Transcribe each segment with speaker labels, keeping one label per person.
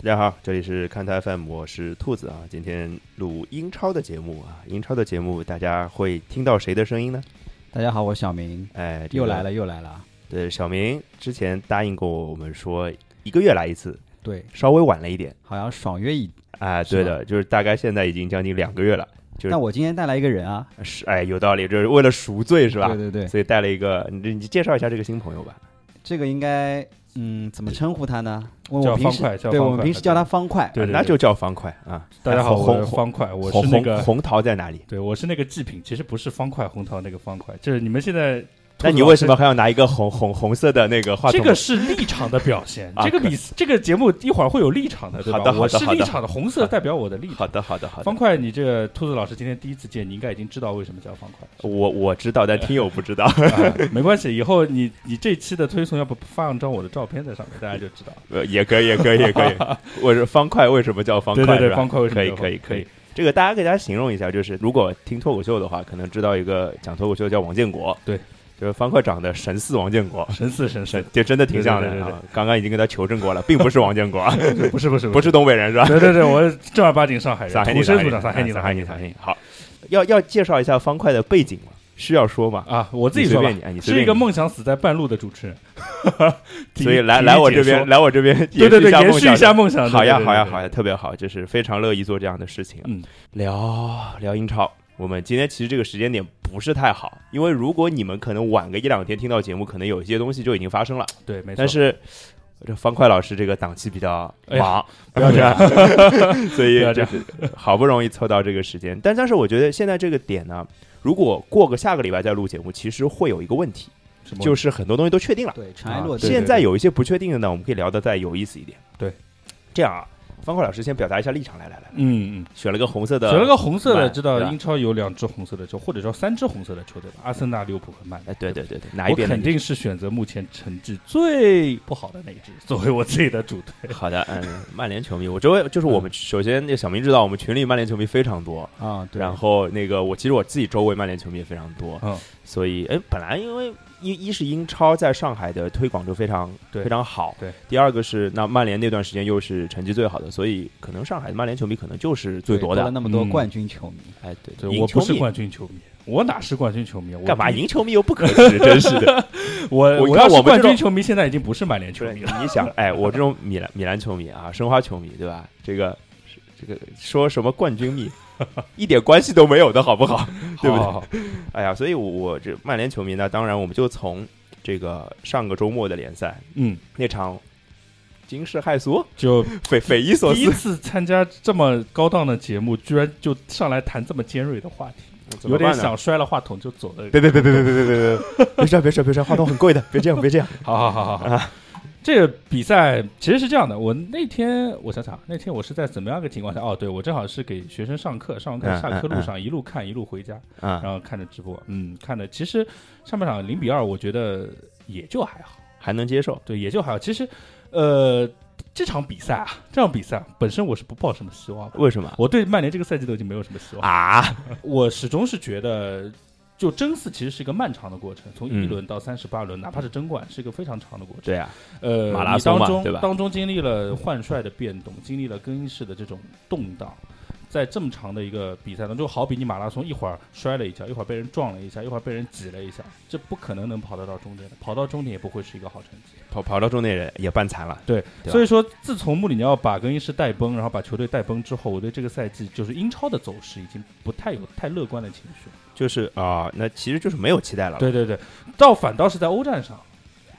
Speaker 1: 大家好，这里是看台 FM，我是兔子啊。今天录英超的节目啊，英超的节目大家会听到谁的声音呢？
Speaker 2: 大家好，我小明，
Speaker 1: 哎，这个
Speaker 2: 又来了，又来了啊。
Speaker 1: 对，小明之前答应过我们说一个月来一次，
Speaker 2: 对，
Speaker 1: 稍微晚了一点
Speaker 2: 好像爽约一，
Speaker 1: 啊。
Speaker 2: 是吗
Speaker 1: 对的，就是大概现在已经将近两个月了。就是
Speaker 2: 但我今天带来一个人啊，
Speaker 1: 是，哎，有道理，就是为了赎罪是吧？
Speaker 2: 对对对，
Speaker 1: 所以带了一个，你你介绍一下这个新朋友吧。
Speaker 2: 这个应该，嗯，怎么称呼他呢？我
Speaker 3: 叫
Speaker 2: 我平
Speaker 3: 方
Speaker 2: 时
Speaker 3: 块叫
Speaker 2: 对
Speaker 3: 方块
Speaker 2: 我们平时叫他方块，
Speaker 3: 对对对
Speaker 1: 啊那就叫方块啊。
Speaker 3: 大家好，
Speaker 1: 红
Speaker 3: 我是
Speaker 1: 红
Speaker 3: 方块，我
Speaker 1: 红
Speaker 3: 是那个
Speaker 1: 红，红桃在哪里？
Speaker 3: 对我是那个祭品，其实不是方块红桃那个方块，就是你们现在。
Speaker 1: 那你为什么还要拿一个红红红色的那个话筒？？
Speaker 3: 这个是立场的表现
Speaker 1: 啊
Speaker 3: 这个比这个节目一会儿会有立场的，对吧
Speaker 1: 好的？好
Speaker 3: 我
Speaker 1: 的
Speaker 3: 是
Speaker 1: 好的
Speaker 3: 立场的，红色代表我的立场。
Speaker 1: 好的，好的，好的
Speaker 3: 方。块，你这个兔子老师今天第一次见，你应该已经知道为什么叫方块。
Speaker 1: 我我知道，但听友不知道。
Speaker 3: 啊没关系，以后你你这期的推送要不放一张我的照片在上面，大家就知道。
Speaker 1: 呃也可以，也可以，也可 以。我是方块，为什么叫方块？
Speaker 3: 对对
Speaker 1: 是
Speaker 3: 对，
Speaker 1: 吧
Speaker 3: 方块为什么
Speaker 1: 可以
Speaker 3: 叫方
Speaker 1: 可
Speaker 3: 块
Speaker 1: 以可以。这个大家给大家形容一下，就是如果听脱口秀的话，可能知道一个讲脱口秀叫王建国，
Speaker 3: 对，
Speaker 1: 就是方块长得神似王建国，
Speaker 3: 神似神似
Speaker 1: 神，就真的挺像的
Speaker 3: 对对对
Speaker 1: 啊。刚刚已经跟他求证过了，并不是王建国，
Speaker 3: 不是不是
Speaker 1: 不
Speaker 3: 是。
Speaker 1: 是东北人是吧？
Speaker 3: 对对对，我正儿八经上海人，
Speaker 1: 上海
Speaker 3: 土
Speaker 1: 你
Speaker 3: 生土长
Speaker 1: 上
Speaker 3: 上
Speaker 1: 海
Speaker 3: 海
Speaker 1: 你
Speaker 3: 人，
Speaker 1: 上
Speaker 3: 上
Speaker 1: 海
Speaker 3: 海
Speaker 1: 你
Speaker 3: 人，
Speaker 1: 上
Speaker 3: 上
Speaker 1: 海
Speaker 3: 海
Speaker 1: 你
Speaker 3: 人。
Speaker 1: 好，要要介绍一下方块的背景吗？是要说吗？
Speaker 3: 啊，我自己
Speaker 1: 你随
Speaker 3: 说吧
Speaker 1: 便你啊，你随
Speaker 3: 是
Speaker 1: 便
Speaker 3: 一个
Speaker 1: 你
Speaker 3: 梦想死在半路的主 持人，
Speaker 1: 所以来
Speaker 3: 体育
Speaker 1: 来我这，
Speaker 3: 体
Speaker 1: 边，
Speaker 3: 育解说
Speaker 1: 来我这边，
Speaker 3: 对对对，延
Speaker 1: 续
Speaker 3: 续一下梦
Speaker 1: 梦
Speaker 3: 想，
Speaker 1: 想。好呀，
Speaker 3: 啊对
Speaker 1: 好呀，好，呀，特别好，就是非常乐意做这样的事情啊。
Speaker 3: 嗯
Speaker 1: 聊聊英超，我们今天其实这个时间点不是太好，因为如果你们可能晚个一两天听到节目，可能有一些东西就已经发生了。
Speaker 3: 对对对对没错。哎
Speaker 1: 但是这方块老师这个档期比较忙，啊
Speaker 3: 不要 这样，
Speaker 1: 所
Speaker 3: 不
Speaker 1: 以
Speaker 3: 要这
Speaker 1: 就
Speaker 3: 样
Speaker 1: 是，好不容易凑到这个时间。但但是我觉得现在这个点呢，如果过个下个礼拜再录节目，其实会有一个问题，
Speaker 3: 什么
Speaker 1: 就是很多东西都确定了。
Speaker 2: 对，尘埃落
Speaker 3: 啊对
Speaker 2: 定
Speaker 1: 现在有一些不确定的呢，我们可以聊得再有意思一点。
Speaker 3: 对，
Speaker 1: 这样啊，方块老师先表达一下立场，来来来，
Speaker 3: 嗯嗯，
Speaker 1: 选了个红色的，
Speaker 3: 选了个红色的，
Speaker 1: 曼
Speaker 3: 知
Speaker 1: 对
Speaker 3: 道
Speaker 1: 吧
Speaker 3: 英超有两支红色的球，或者说三支红色的球队吧，阿森纳、利物浦和曼联。
Speaker 1: 哎，对对对对，哪一
Speaker 3: 我
Speaker 1: 边呢
Speaker 3: 肯定是选择目前成绩最不好的那一支作为我自己的主队。
Speaker 1: 好 的，嗯，曼联球迷，我周围就是我们，首先那个小明知道，我们群里曼联球迷非常多，
Speaker 2: 啊，对，
Speaker 1: 然后那个我其实我自己周围曼联球迷也非常多，
Speaker 3: 嗯，
Speaker 1: 所以哎，本来因为一一是英超在上海的推广就非常
Speaker 3: 对
Speaker 1: 非常好，
Speaker 3: 对，
Speaker 1: 第二个是那曼联那段时间又是成绩最好的，所以可能上海的曼联球迷可能就是最
Speaker 2: 对
Speaker 1: 多
Speaker 2: 多了
Speaker 1: 的，
Speaker 2: 那么多
Speaker 3: 嗯
Speaker 2: 冠军球迷，
Speaker 1: 哎，对，
Speaker 3: 对
Speaker 1: 赢
Speaker 3: 我
Speaker 1: 球
Speaker 3: 不是
Speaker 1: 迷
Speaker 3: 冠军球迷，我哪是冠军球迷啊？我
Speaker 1: 干嘛
Speaker 3: 第一
Speaker 1: 赢球迷又不可耻，真是的，
Speaker 3: 我
Speaker 1: 我
Speaker 3: 我
Speaker 1: 看我
Speaker 3: 要是
Speaker 1: 们这
Speaker 3: 冠军
Speaker 1: 种
Speaker 3: 球迷，现在已经不是曼联球
Speaker 1: 对，
Speaker 3: 迷
Speaker 1: 你
Speaker 3: 了。
Speaker 1: 想，哎，我这种米兰米兰球迷啊，申花球迷，对吧？这个这个说什么冠军迷，一点关系都没有的，好不好？对不对？
Speaker 3: 好好好
Speaker 1: 哎呀，所以我我这曼联球迷呢，当然我们就从这个上个周末的联赛
Speaker 3: 嗯，
Speaker 1: 那场惊世骇俗、
Speaker 3: 就
Speaker 1: 匪匪夷所
Speaker 3: 第一
Speaker 1: 思，
Speaker 3: 次参加这么高档的节目，居然就上来谈这么尖锐的话题，
Speaker 1: 怎么
Speaker 3: 有点
Speaker 1: 办呢。
Speaker 3: 想摔了话筒就走了。
Speaker 1: 别别 别别别别别别别！别这样别这样别这样，话筒很贵的，别这样别这样。
Speaker 3: 好好好好好。 这个比赛其实是这样的，我那天我想想，那天我是在怎么样一个情况下？哦，对，我正好是给学生上课，上
Speaker 1: 嗯
Speaker 3: 完课下课
Speaker 1: 嗯嗯
Speaker 3: 路上一路看一路回家，
Speaker 1: 啊、
Speaker 3: 然后看着直播，嗯，看的其实上半场零比二，我觉得也就还好，
Speaker 1: 还能接受。
Speaker 3: 对，也就还好。其实，呃，这场比赛啊，这场比赛本身我是不抱什么希望的，
Speaker 1: 为什么
Speaker 3: 我对曼联这个赛季都已经没有什么希望了
Speaker 1: 啊？
Speaker 3: 我始终是觉得，就争四其实是一个漫长的过程，从
Speaker 1: 嗯
Speaker 3: 一轮到三十八轮，哪怕是争冠，是一个非常长的过程。
Speaker 1: 对啊，
Speaker 3: 呃，
Speaker 1: 马拉松嘛
Speaker 3: 你当中
Speaker 1: 对吧
Speaker 3: 当中经历了换帅的变动，经历了更衣室的这种动荡，在这么长的一个比赛当中，好比你马拉松一会儿摔了一跤，一会儿被人撞了一下，一会儿被人挤了一下，这不可能能跑得到终点的，跑到终点也不会是一个好成绩。
Speaker 1: 跑跑到中内人也半残了。
Speaker 3: 对，
Speaker 1: 对吧
Speaker 3: 所以说自从穆里尼奥把更衣室带崩，然后把球队带崩之后，我对这个赛季就是英超的走势已经不太有太乐观的情绪了。
Speaker 1: 就是啊、那其实就是没有期待了。
Speaker 3: 对对对，倒反倒是在欧战上，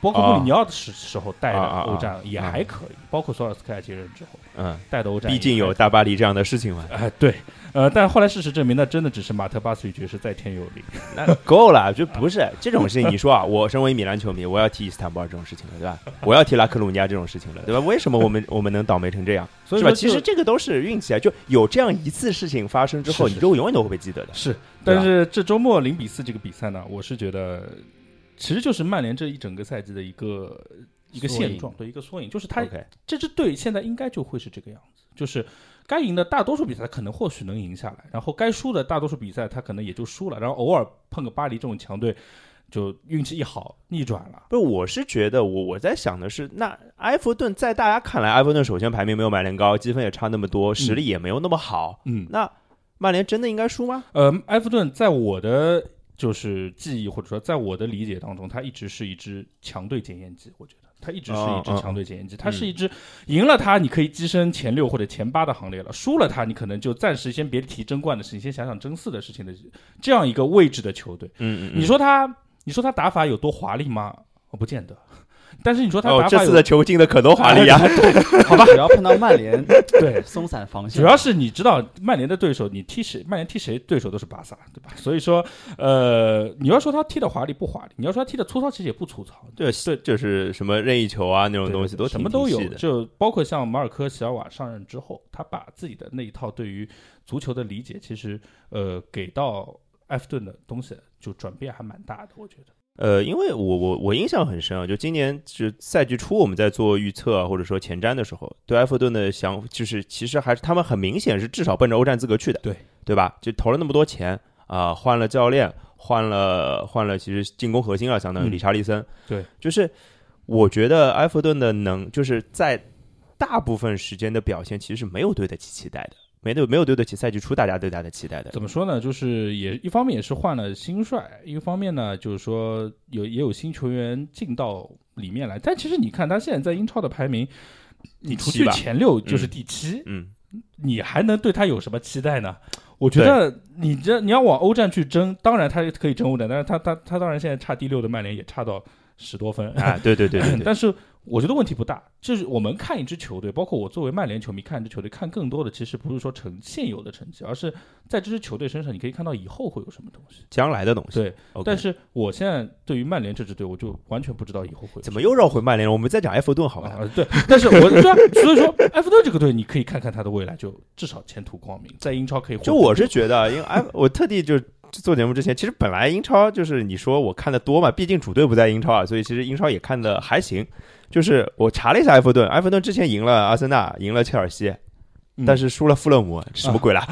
Speaker 3: 包括穆里尼奥的时时候带的
Speaker 1: 啊啊啊啊
Speaker 3: 欧战也还可以，包括索尔斯克亚接任之后
Speaker 1: 嗯，
Speaker 3: 带的欧战也还可
Speaker 1: 毕
Speaker 3: 以，，
Speaker 1: 竟有大巴黎这样的事情嘛
Speaker 3: 哎对，呃，但后来事实证明，那真的只是马特巴斯与爵士在天有灵。
Speaker 1: 那够了，就不是这种事情。你说啊，我身为米兰球迷，我要提伊斯坦布尔这种事情了，对吧？我要提拉科鲁尼亚这种事情了，对吧？为什么我们我们能倒霉成这样，
Speaker 3: 所以
Speaker 1: 是
Speaker 3: 说
Speaker 1: 吧？
Speaker 3: 就，
Speaker 1: 其实这个都是运气啊，就有这样一次事情发生之后，
Speaker 3: 是是
Speaker 1: 你就永远都会被记得的。
Speaker 3: 是，
Speaker 1: 对啊吧
Speaker 3: 但是这周末零比四这个比赛呢，我是觉得其实就是曼联这一整个赛季的一个。一个
Speaker 2: 缩影
Speaker 3: 现状，对一个缩影，就是他
Speaker 1: OK，
Speaker 3: 这支队现在应该就会是这个样子，就是该赢的大多数比赛可能或许能赢下来，然后该输的大多数比赛他可能也就输了，然后偶尔碰个巴黎这种强队，就运气一好逆转了。
Speaker 1: 不是，我是觉得我我在想的是，那埃弗顿在大家看来，埃弗顿首先排名没有曼联高，积分也差那么多，实力也没有那么好，
Speaker 3: 嗯，
Speaker 1: 那曼联真的应该输吗？
Speaker 3: 呃，埃弗顿在我的就是记忆或者说在我的理解当中，它一直是一支强队检验机，我觉得。它一直是一
Speaker 1: 哦
Speaker 3: 支
Speaker 1: 哦
Speaker 3: 强队检验机，它是一支赢了它你可以跻身前六或者前八的行列了，输了它你可能就暂时先别提争冠的事情，先想想争四的事情的这样一个位置的球队。
Speaker 1: 嗯
Speaker 3: 你说他，你说他打法有多华丽吗？我不见得。但是你说他
Speaker 1: 哦
Speaker 3: 打，
Speaker 1: 这
Speaker 3: 法
Speaker 1: 次
Speaker 3: 有、
Speaker 1: 的球进的可多华 丽啊！
Speaker 2: 好吧，只 要碰到曼联，
Speaker 3: 对，
Speaker 2: 松散防线，
Speaker 3: 主要是你知道曼联的对手，你踢谁，曼联踢谁对手都是巴萨，对吧？所以说，呃，你要说他踢的华丽不华丽，你要说他踢的粗糙，其实也不粗糙，
Speaker 1: 对对，就是什么任意球啊那种东西都
Speaker 3: 什么
Speaker 1: 挺
Speaker 3: 都
Speaker 1: 挺
Speaker 3: 有
Speaker 1: 细，的
Speaker 3: 就包括像马尔科席尔瓦上任之后，他把自己的那一套对于足球的理解，其实呃给到埃弗顿的东西就转变还蛮大的，我觉得。
Speaker 1: 呃，因为我我我印象很深啊，就今年是赛季初我们在做预测啊或者说前瞻的时候，对埃弗顿的想就是其实还是他们很明显是至少奔着欧战资格去的，
Speaker 3: 对
Speaker 1: 对吧？就投了那么多钱啊、换了教练，换了换了，其实进攻核心啊，相当于
Speaker 3: 嗯
Speaker 1: 理查利森，
Speaker 3: 对，
Speaker 1: 就是我觉得埃弗顿的能就是在大部分时间的表现其实是没有对得起期待的，没对没有对得起赛季初大家对他的期待的，
Speaker 3: 怎么说呢？就是也一方面也是换了新帅，一方面呢就是说有也有新球员进到里面来。但其实你看他现在在英超的排名，你除
Speaker 1: 第七
Speaker 3: 去
Speaker 1: 吧
Speaker 3: 前六就是第七，
Speaker 1: 嗯，
Speaker 3: 你还能对他有什么期待呢？我觉得你这你要往欧战去争，当然他可以争欧战，但是他他他当然现在差第六的曼联也差到十多分，
Speaker 1: 啊，对对对对对，
Speaker 3: 但是我觉得问题不大，就是我们看一支球队，包括我作为曼联球迷看一支球队，看更多的其实不是说成现有的成绩，而是在这支球队身上你可以看到以后会有什么东西。
Speaker 1: 将来的东西，
Speaker 3: 对
Speaker 1: OK
Speaker 3: 但是我现在对于曼联这支队，我就完全不知道以后会有
Speaker 1: 怎
Speaker 3: 什
Speaker 1: 么又绕回曼联了？我们再讲埃弗顿好吧？
Speaker 3: 啊？对， 但是我对啊，所以说埃弗顿这个队，你可以看看他的未来，就至少前途光明，在英超可以获
Speaker 1: 就我是觉得，因为埃，我特地就做节目之前，其实本来英超就是你说我看的多嘛，毕竟主队不在英超啊，所以其实英超也看的还行。就是我查了一下埃弗顿，埃弗顿之前赢了阿森纳，赢了切尔西，
Speaker 3: 嗯
Speaker 1: 但是输了富勒姆，这什么 鬼啦？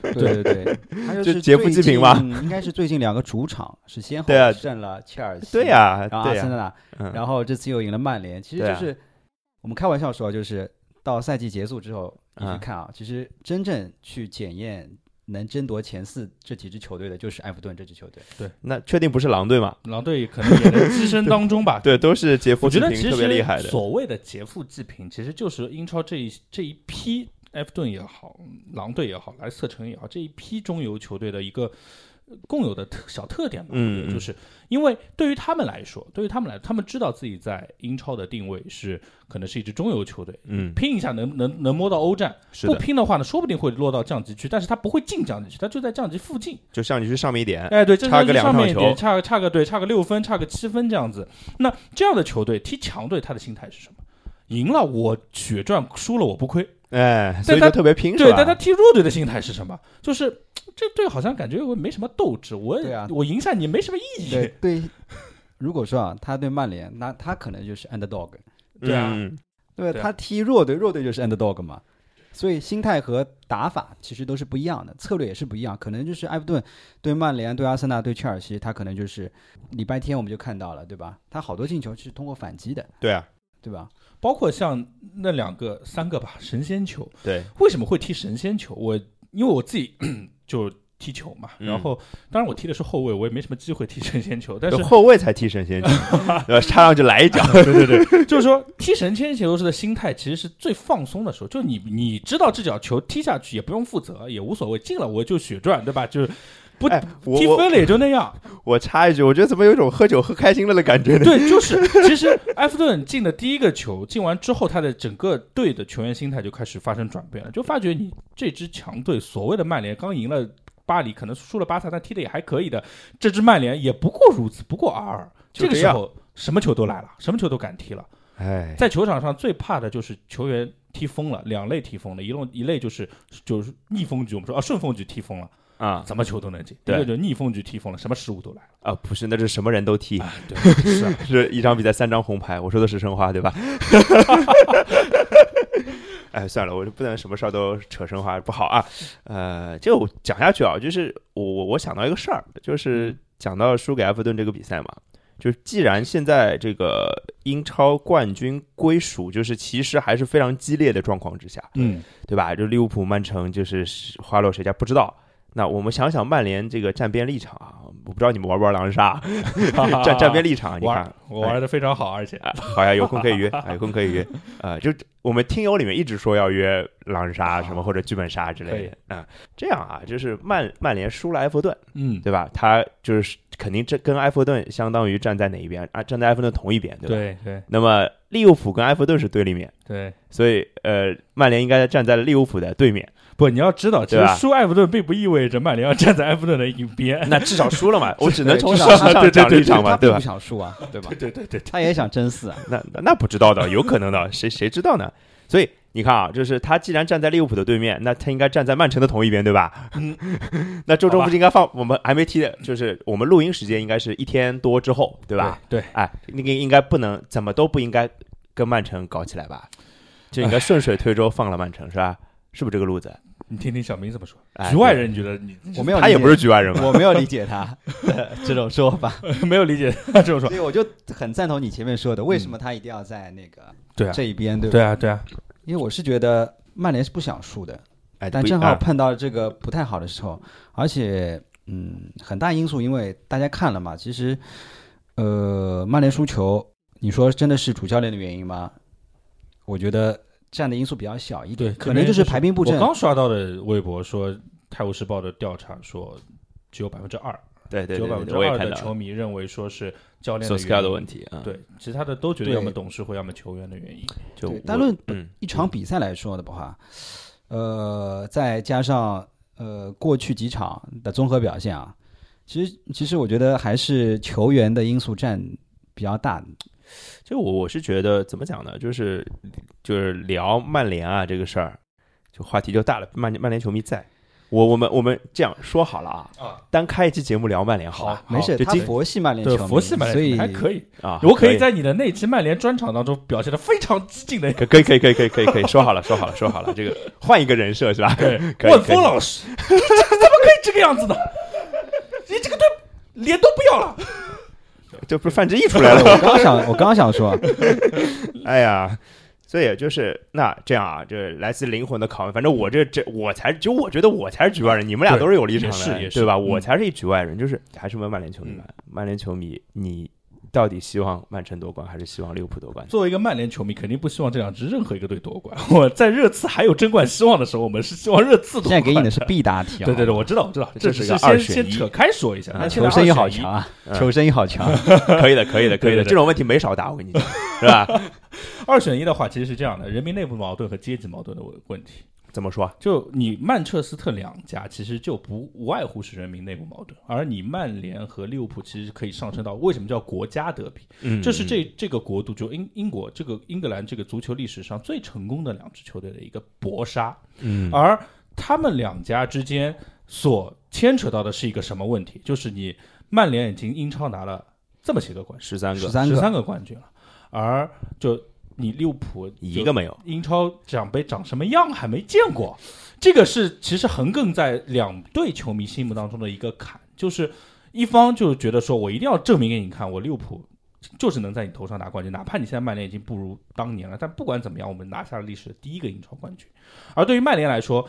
Speaker 2: 对对对，他就
Speaker 1: 就是劫富济贫嘛
Speaker 2: 最近嗯应该是最近两个主场是先后
Speaker 1: 对啊
Speaker 2: 胜了切尔西，
Speaker 1: 对
Speaker 3: 啊
Speaker 1: 呀、
Speaker 2: 然后阿
Speaker 1: 对
Speaker 2: 森
Speaker 1: 呀、
Speaker 2: 纳，
Speaker 1: 嗯
Speaker 2: 然后这次又赢了曼联，其实
Speaker 1: 对
Speaker 2: 就
Speaker 1: 啊
Speaker 2: 是我们开玩笑说，就是到赛季结束之后，你去
Speaker 1: 嗯
Speaker 2: 看啊，其实真正去检验能争夺前四这几支球队的，就是埃弗顿这支球队。
Speaker 1: 那确定不是狼队嘛？。
Speaker 3: 狼队可能也能跻身当中吧
Speaker 1: 对，都是劫富
Speaker 3: 我
Speaker 1: 济
Speaker 3: 觉得
Speaker 1: 贫
Speaker 3: 其
Speaker 1: 特别
Speaker 3: 实
Speaker 1: 厉害的。
Speaker 3: 所谓的劫富济贫，其实就是英超这一这一批埃弗顿也好，狼队也好，莱斯特城也好，这一批中游球队的一个呃共有的特小特点吧。
Speaker 1: 嗯嗯
Speaker 3: 就是因为对于他们来说，对于他们来，他们知道自己在英超的定位是可能是一支中游球队，
Speaker 1: 嗯，
Speaker 3: 拼一下能能能摸到欧战，
Speaker 1: 是
Speaker 3: 不
Speaker 1: 的，
Speaker 3: 拼的话呢，说不定会落到降级区，但是他不会进降级区，他就在降级附近。
Speaker 1: 就上你去上面一点，
Speaker 3: 哎，对，这
Speaker 1: 差
Speaker 3: 就是
Speaker 1: 个两
Speaker 3: 上
Speaker 1: 场
Speaker 3: 面一
Speaker 1: 球
Speaker 3: 点，差差个对，差个六分，差个七分这样子。那这样的球队踢强队，他的心态是什么？赢了我血赚，输了我不亏。
Speaker 1: 哎，所以就
Speaker 3: 但他
Speaker 1: 特别拼，是
Speaker 3: 对，
Speaker 1: 吧
Speaker 3: 但他踢弱队的心态是什么？就是嘖这队好像感觉我没什么斗志，我也
Speaker 2: 对啊
Speaker 3: 我赢下你没什么意义。
Speaker 2: 对对，如果说啊，他对曼联，那他可能就是 underdog，
Speaker 3: 对啊
Speaker 1: 嗯
Speaker 2: 对吧
Speaker 3: 对啊
Speaker 2: 他踢弱队，弱队就是 underdog 嘛。所以心态和打法其实都是不一样的，策略也是不一样。可能就是埃弗顿对曼联、对阿森纳、对切尔西，他可能就是礼拜天我们就看到了，对吧？他好多进球是通过反击的，
Speaker 1: 对啊，
Speaker 2: 对吧？
Speaker 3: 包括像那两个、三个吧，神仙球
Speaker 1: 对，
Speaker 3: 为什么会踢神仙球？我因为我自己 就踢球嘛，
Speaker 1: 嗯
Speaker 3: 然后当然我踢的是后卫，我也没什么机会踢神仙球，但是
Speaker 1: 就后卫才踢神仙球， 对吧？插上去来一脚，对对对，
Speaker 3: 就是说，踢神仙球时的心态其实是最放松的时候，就你你知道这脚球踢下去也不用负责，也无所谓，进了我就血赚，对吧？就是不
Speaker 1: 哎， 我
Speaker 3: 踢
Speaker 1: 我
Speaker 3: 分了也就那样。
Speaker 1: 我插一句，我觉得怎么有一种喝酒喝开心了的感觉呢？
Speaker 3: 对，就是其实埃弗顿进的第一个球，进完之后，他的整个队的球员心态就开始发生转变了，就发觉你这支强队，所谓的曼联刚赢了巴黎，可能输了巴萨，但踢的也还可以的，这支曼联也不过如此，不过尔尔。
Speaker 1: 就
Speaker 3: 这个
Speaker 1: 这
Speaker 3: 时
Speaker 1: 样
Speaker 3: 候什么球都来了，什么球都敢踢了。
Speaker 1: 哎，
Speaker 3: 在球场上最怕的就是球员踢疯了，两类踢疯了，一类一类就是就是逆风局，我们说啊顺风局踢疯了，
Speaker 1: 啊
Speaker 3: 怎么球都能进；
Speaker 1: 对
Speaker 3: 一个就是逆风局踢疯了，什么失误都来了。
Speaker 1: 啊，不是，那是什么人都踢，
Speaker 3: 对，是啊，
Speaker 1: 是一场比赛三张红牌。我说的是申花，对吧？ 哎，算了，我就不能什么事儿都扯申花，不好啊。呃，这个我讲下去啊，就是我我我想到一个事儿，就是讲到输给埃弗顿这个比赛嘛，就是既然现在这个英超冠军归属，就是其实还是非常激烈的状况之下，
Speaker 3: 嗯，
Speaker 1: 对吧？就利物浦、曼城，就是花落谁家不知道。那我们想想曼联这个站边立场啊，我不知道你们玩不玩狼人杀，啊 站站边立场，你看
Speaker 3: 玩我玩的非常好，而且
Speaker 1: 啊， 好呀，有空可以约，啊有空可以约。啊，就我们听友里面一直说要约狼人杀什么或者剧本杀之类的啊、这样啊，就是曼曼联输了埃弗顿，
Speaker 3: 嗯，
Speaker 1: 对吧？他就是肯定这跟埃弗顿相当于站在哪一边啊？站在埃弗顿同一边，对吧？
Speaker 3: 对对
Speaker 1: 那么利物浦跟埃弗顿是对立面，
Speaker 3: 对，
Speaker 1: 所以呃，曼联应该站在利物浦的对面。
Speaker 3: 不，你要知道，其
Speaker 1: 对
Speaker 3: 实
Speaker 1: 吧
Speaker 3: 输埃弗顿并不意味着曼联要站在埃弗顿的一边。
Speaker 1: 那至少输 了嘛，我只能从
Speaker 2: 至
Speaker 1: 事
Speaker 2: 少
Speaker 1: 实上
Speaker 3: 对对
Speaker 1: 讲
Speaker 3: 对
Speaker 1: 立场嘛，
Speaker 2: 他
Speaker 1: 对
Speaker 2: 并
Speaker 1: 吧
Speaker 2: 不？想输啊，对吧？
Speaker 3: 对对对，
Speaker 2: 他也想争四啊，
Speaker 1: 那那那不知道的，有可能的，谁谁知道呢？所以你看啊，就是他既然站在利物浦的对面，那他应该站在曼城的同一边，对吧？嗯， 那周中不是应该放我们还没踢的，就是我们录音时间应该是一天多之后，对
Speaker 3: 对
Speaker 1: 吧？？
Speaker 3: 对，
Speaker 1: 哎，那个应该不能怎么都不应该跟曼城搞起来吧？就应该顺水推舟放了曼城是吧？是不是这个路子？
Speaker 3: 你听听小明怎么说
Speaker 1: 哎。
Speaker 3: 局外人，你觉得你
Speaker 2: 我没有，
Speaker 1: 他也不是，局外人嘛。
Speaker 2: 我没有理解他 的这种说法，
Speaker 3: 没有理解这种说
Speaker 2: 所以我就很赞同你前面说的，为
Speaker 1: 嗯
Speaker 2: 什么他一定要在那个
Speaker 3: 对啊
Speaker 2: 这一边，对吧？
Speaker 3: 对啊对啊，
Speaker 2: 因为我是觉得曼联是不想输的，
Speaker 1: 哎，
Speaker 2: 但
Speaker 1: 不一
Speaker 2: 正好
Speaker 1: 啊
Speaker 2: 碰到这个不太好的时候，而且嗯，很大因素，因为大家看了嘛，其实呃，曼联输球，你说真的是主教练的原因吗？我觉得占的因素比较小一点
Speaker 3: 对，
Speaker 2: 可能就是排兵布阵啊
Speaker 3: 我。刚刷到的微博说，《泰晤士报》的调查说，只有百分之二，
Speaker 1: 对对
Speaker 3: 只有
Speaker 1: 对
Speaker 3: 百分之
Speaker 1: 对，我也
Speaker 3: 二
Speaker 1: 看
Speaker 3: 的
Speaker 1: 到
Speaker 3: 球迷认为说是教练
Speaker 1: 索斯克亚
Speaker 3: 原
Speaker 1: 的
Speaker 3: 因
Speaker 1: 问。题啊，，
Speaker 3: 对，其他的都觉得
Speaker 2: 对
Speaker 3: 要么董事会，要么球员的原因。
Speaker 1: 就
Speaker 2: 对
Speaker 1: 我
Speaker 2: 单论
Speaker 1: 嗯
Speaker 2: 一场比赛来说的话，呃，再加上呃过去几场的综合表现啊，其实其实我觉得还是球员的因素占比较大。
Speaker 1: 就我我是觉得怎么讲呢？就是就是聊曼联啊这个事儿，就话题就大了。曼曼联球迷在，我我们我们这样说好了啊，
Speaker 3: 啊
Speaker 1: 单开一期节目聊曼联好吧
Speaker 3: 好
Speaker 2: 没事，
Speaker 1: 就
Speaker 2: 他
Speaker 1: 今
Speaker 2: 佛系曼联
Speaker 3: 对
Speaker 2: 球，迷，
Speaker 3: 佛系曼
Speaker 2: 所
Speaker 3: 联
Speaker 2: 以
Speaker 3: 还可以，
Speaker 1: 啊，
Speaker 3: 我可以在你的那期曼联专场当中表现的非常激进的。
Speaker 1: 可可以可以可以可以可以可以说好了说好了说好了，这个换一个人设是吧？
Speaker 3: 对，
Speaker 1: 可以
Speaker 3: 万
Speaker 1: 可
Speaker 3: 峰
Speaker 1: 以
Speaker 3: 老师，你这怎么可以这个样子呢？你这个队脸都不要了。
Speaker 1: 这不是范志毅出
Speaker 2: 对
Speaker 1: 来了？
Speaker 2: 我刚想，我刚想说，
Speaker 1: 哎呀。所以就是那这样啊，这来自灵魂的拷问。反正我这这我才就我觉得我才是局外人，你们俩
Speaker 3: 对
Speaker 1: 都是有立场
Speaker 3: 也
Speaker 1: 的，
Speaker 3: 是也是
Speaker 1: 对吧？
Speaker 3: 嗯
Speaker 1: 我才是一局外人，就是还是问曼联球迷吧。曼联球迷，你到底希望曼城夺冠还是希望利物浦 夺冠？
Speaker 3: 作为一个曼联球迷，肯定不希望这两支任何一个队夺冠。 我在热刺还有争冠希望的时候，我们是希望热刺夺
Speaker 2: 现在
Speaker 3: 冠。
Speaker 2: 给你的是必答题啊！
Speaker 3: 对对对，我知道，我知道，
Speaker 1: 这
Speaker 3: 只
Speaker 1: 是
Speaker 3: 是
Speaker 1: 个二
Speaker 3: 先
Speaker 1: 选一
Speaker 3: 先扯开说一下。但现在
Speaker 2: 求生欲好
Speaker 3: 二选一
Speaker 2: 强，啊
Speaker 1: 嗯，
Speaker 2: 求生欲好强。
Speaker 1: 可以的，可以的，可以
Speaker 3: 对对
Speaker 1: 的，
Speaker 3: 对
Speaker 1: 这种问题没少答，我跟 你讲，是吧？
Speaker 3: 二选一的话，其实是这样的：人民内部矛盾和阶级矛盾的问题。
Speaker 1: 怎么说？
Speaker 3: 就你曼彻斯特两家其实就不无外乎是人民内部矛盾，而你曼联和利物浦其实可以上升到为什么叫国家德比？
Speaker 1: 嗯
Speaker 3: 这是这这个国度就英英国这个英格兰这个足球历史上最成功的两支球队的一个搏杀，
Speaker 1: 嗯
Speaker 3: 而他们两家之间所牵扯到的是一个什么问题？就是你曼联已经英超拿了这么些个冠军，
Speaker 1: 十三个
Speaker 2: 十，三
Speaker 3: 十
Speaker 2: 个，
Speaker 3: 三个冠军了，而就你利物浦就
Speaker 1: 一个没有，
Speaker 3: 英超奖杯长什么样还没见过，这个是其实横亘在两队球迷心目当中的一个坎，就是一方就是觉得说我一定要证明给你看，我利物浦就是能在你头上拿冠军，哪怕你现在曼联已经不如当年了，但不管怎么样，我们拿下了历史的第一个英超冠军。而对于曼联来说，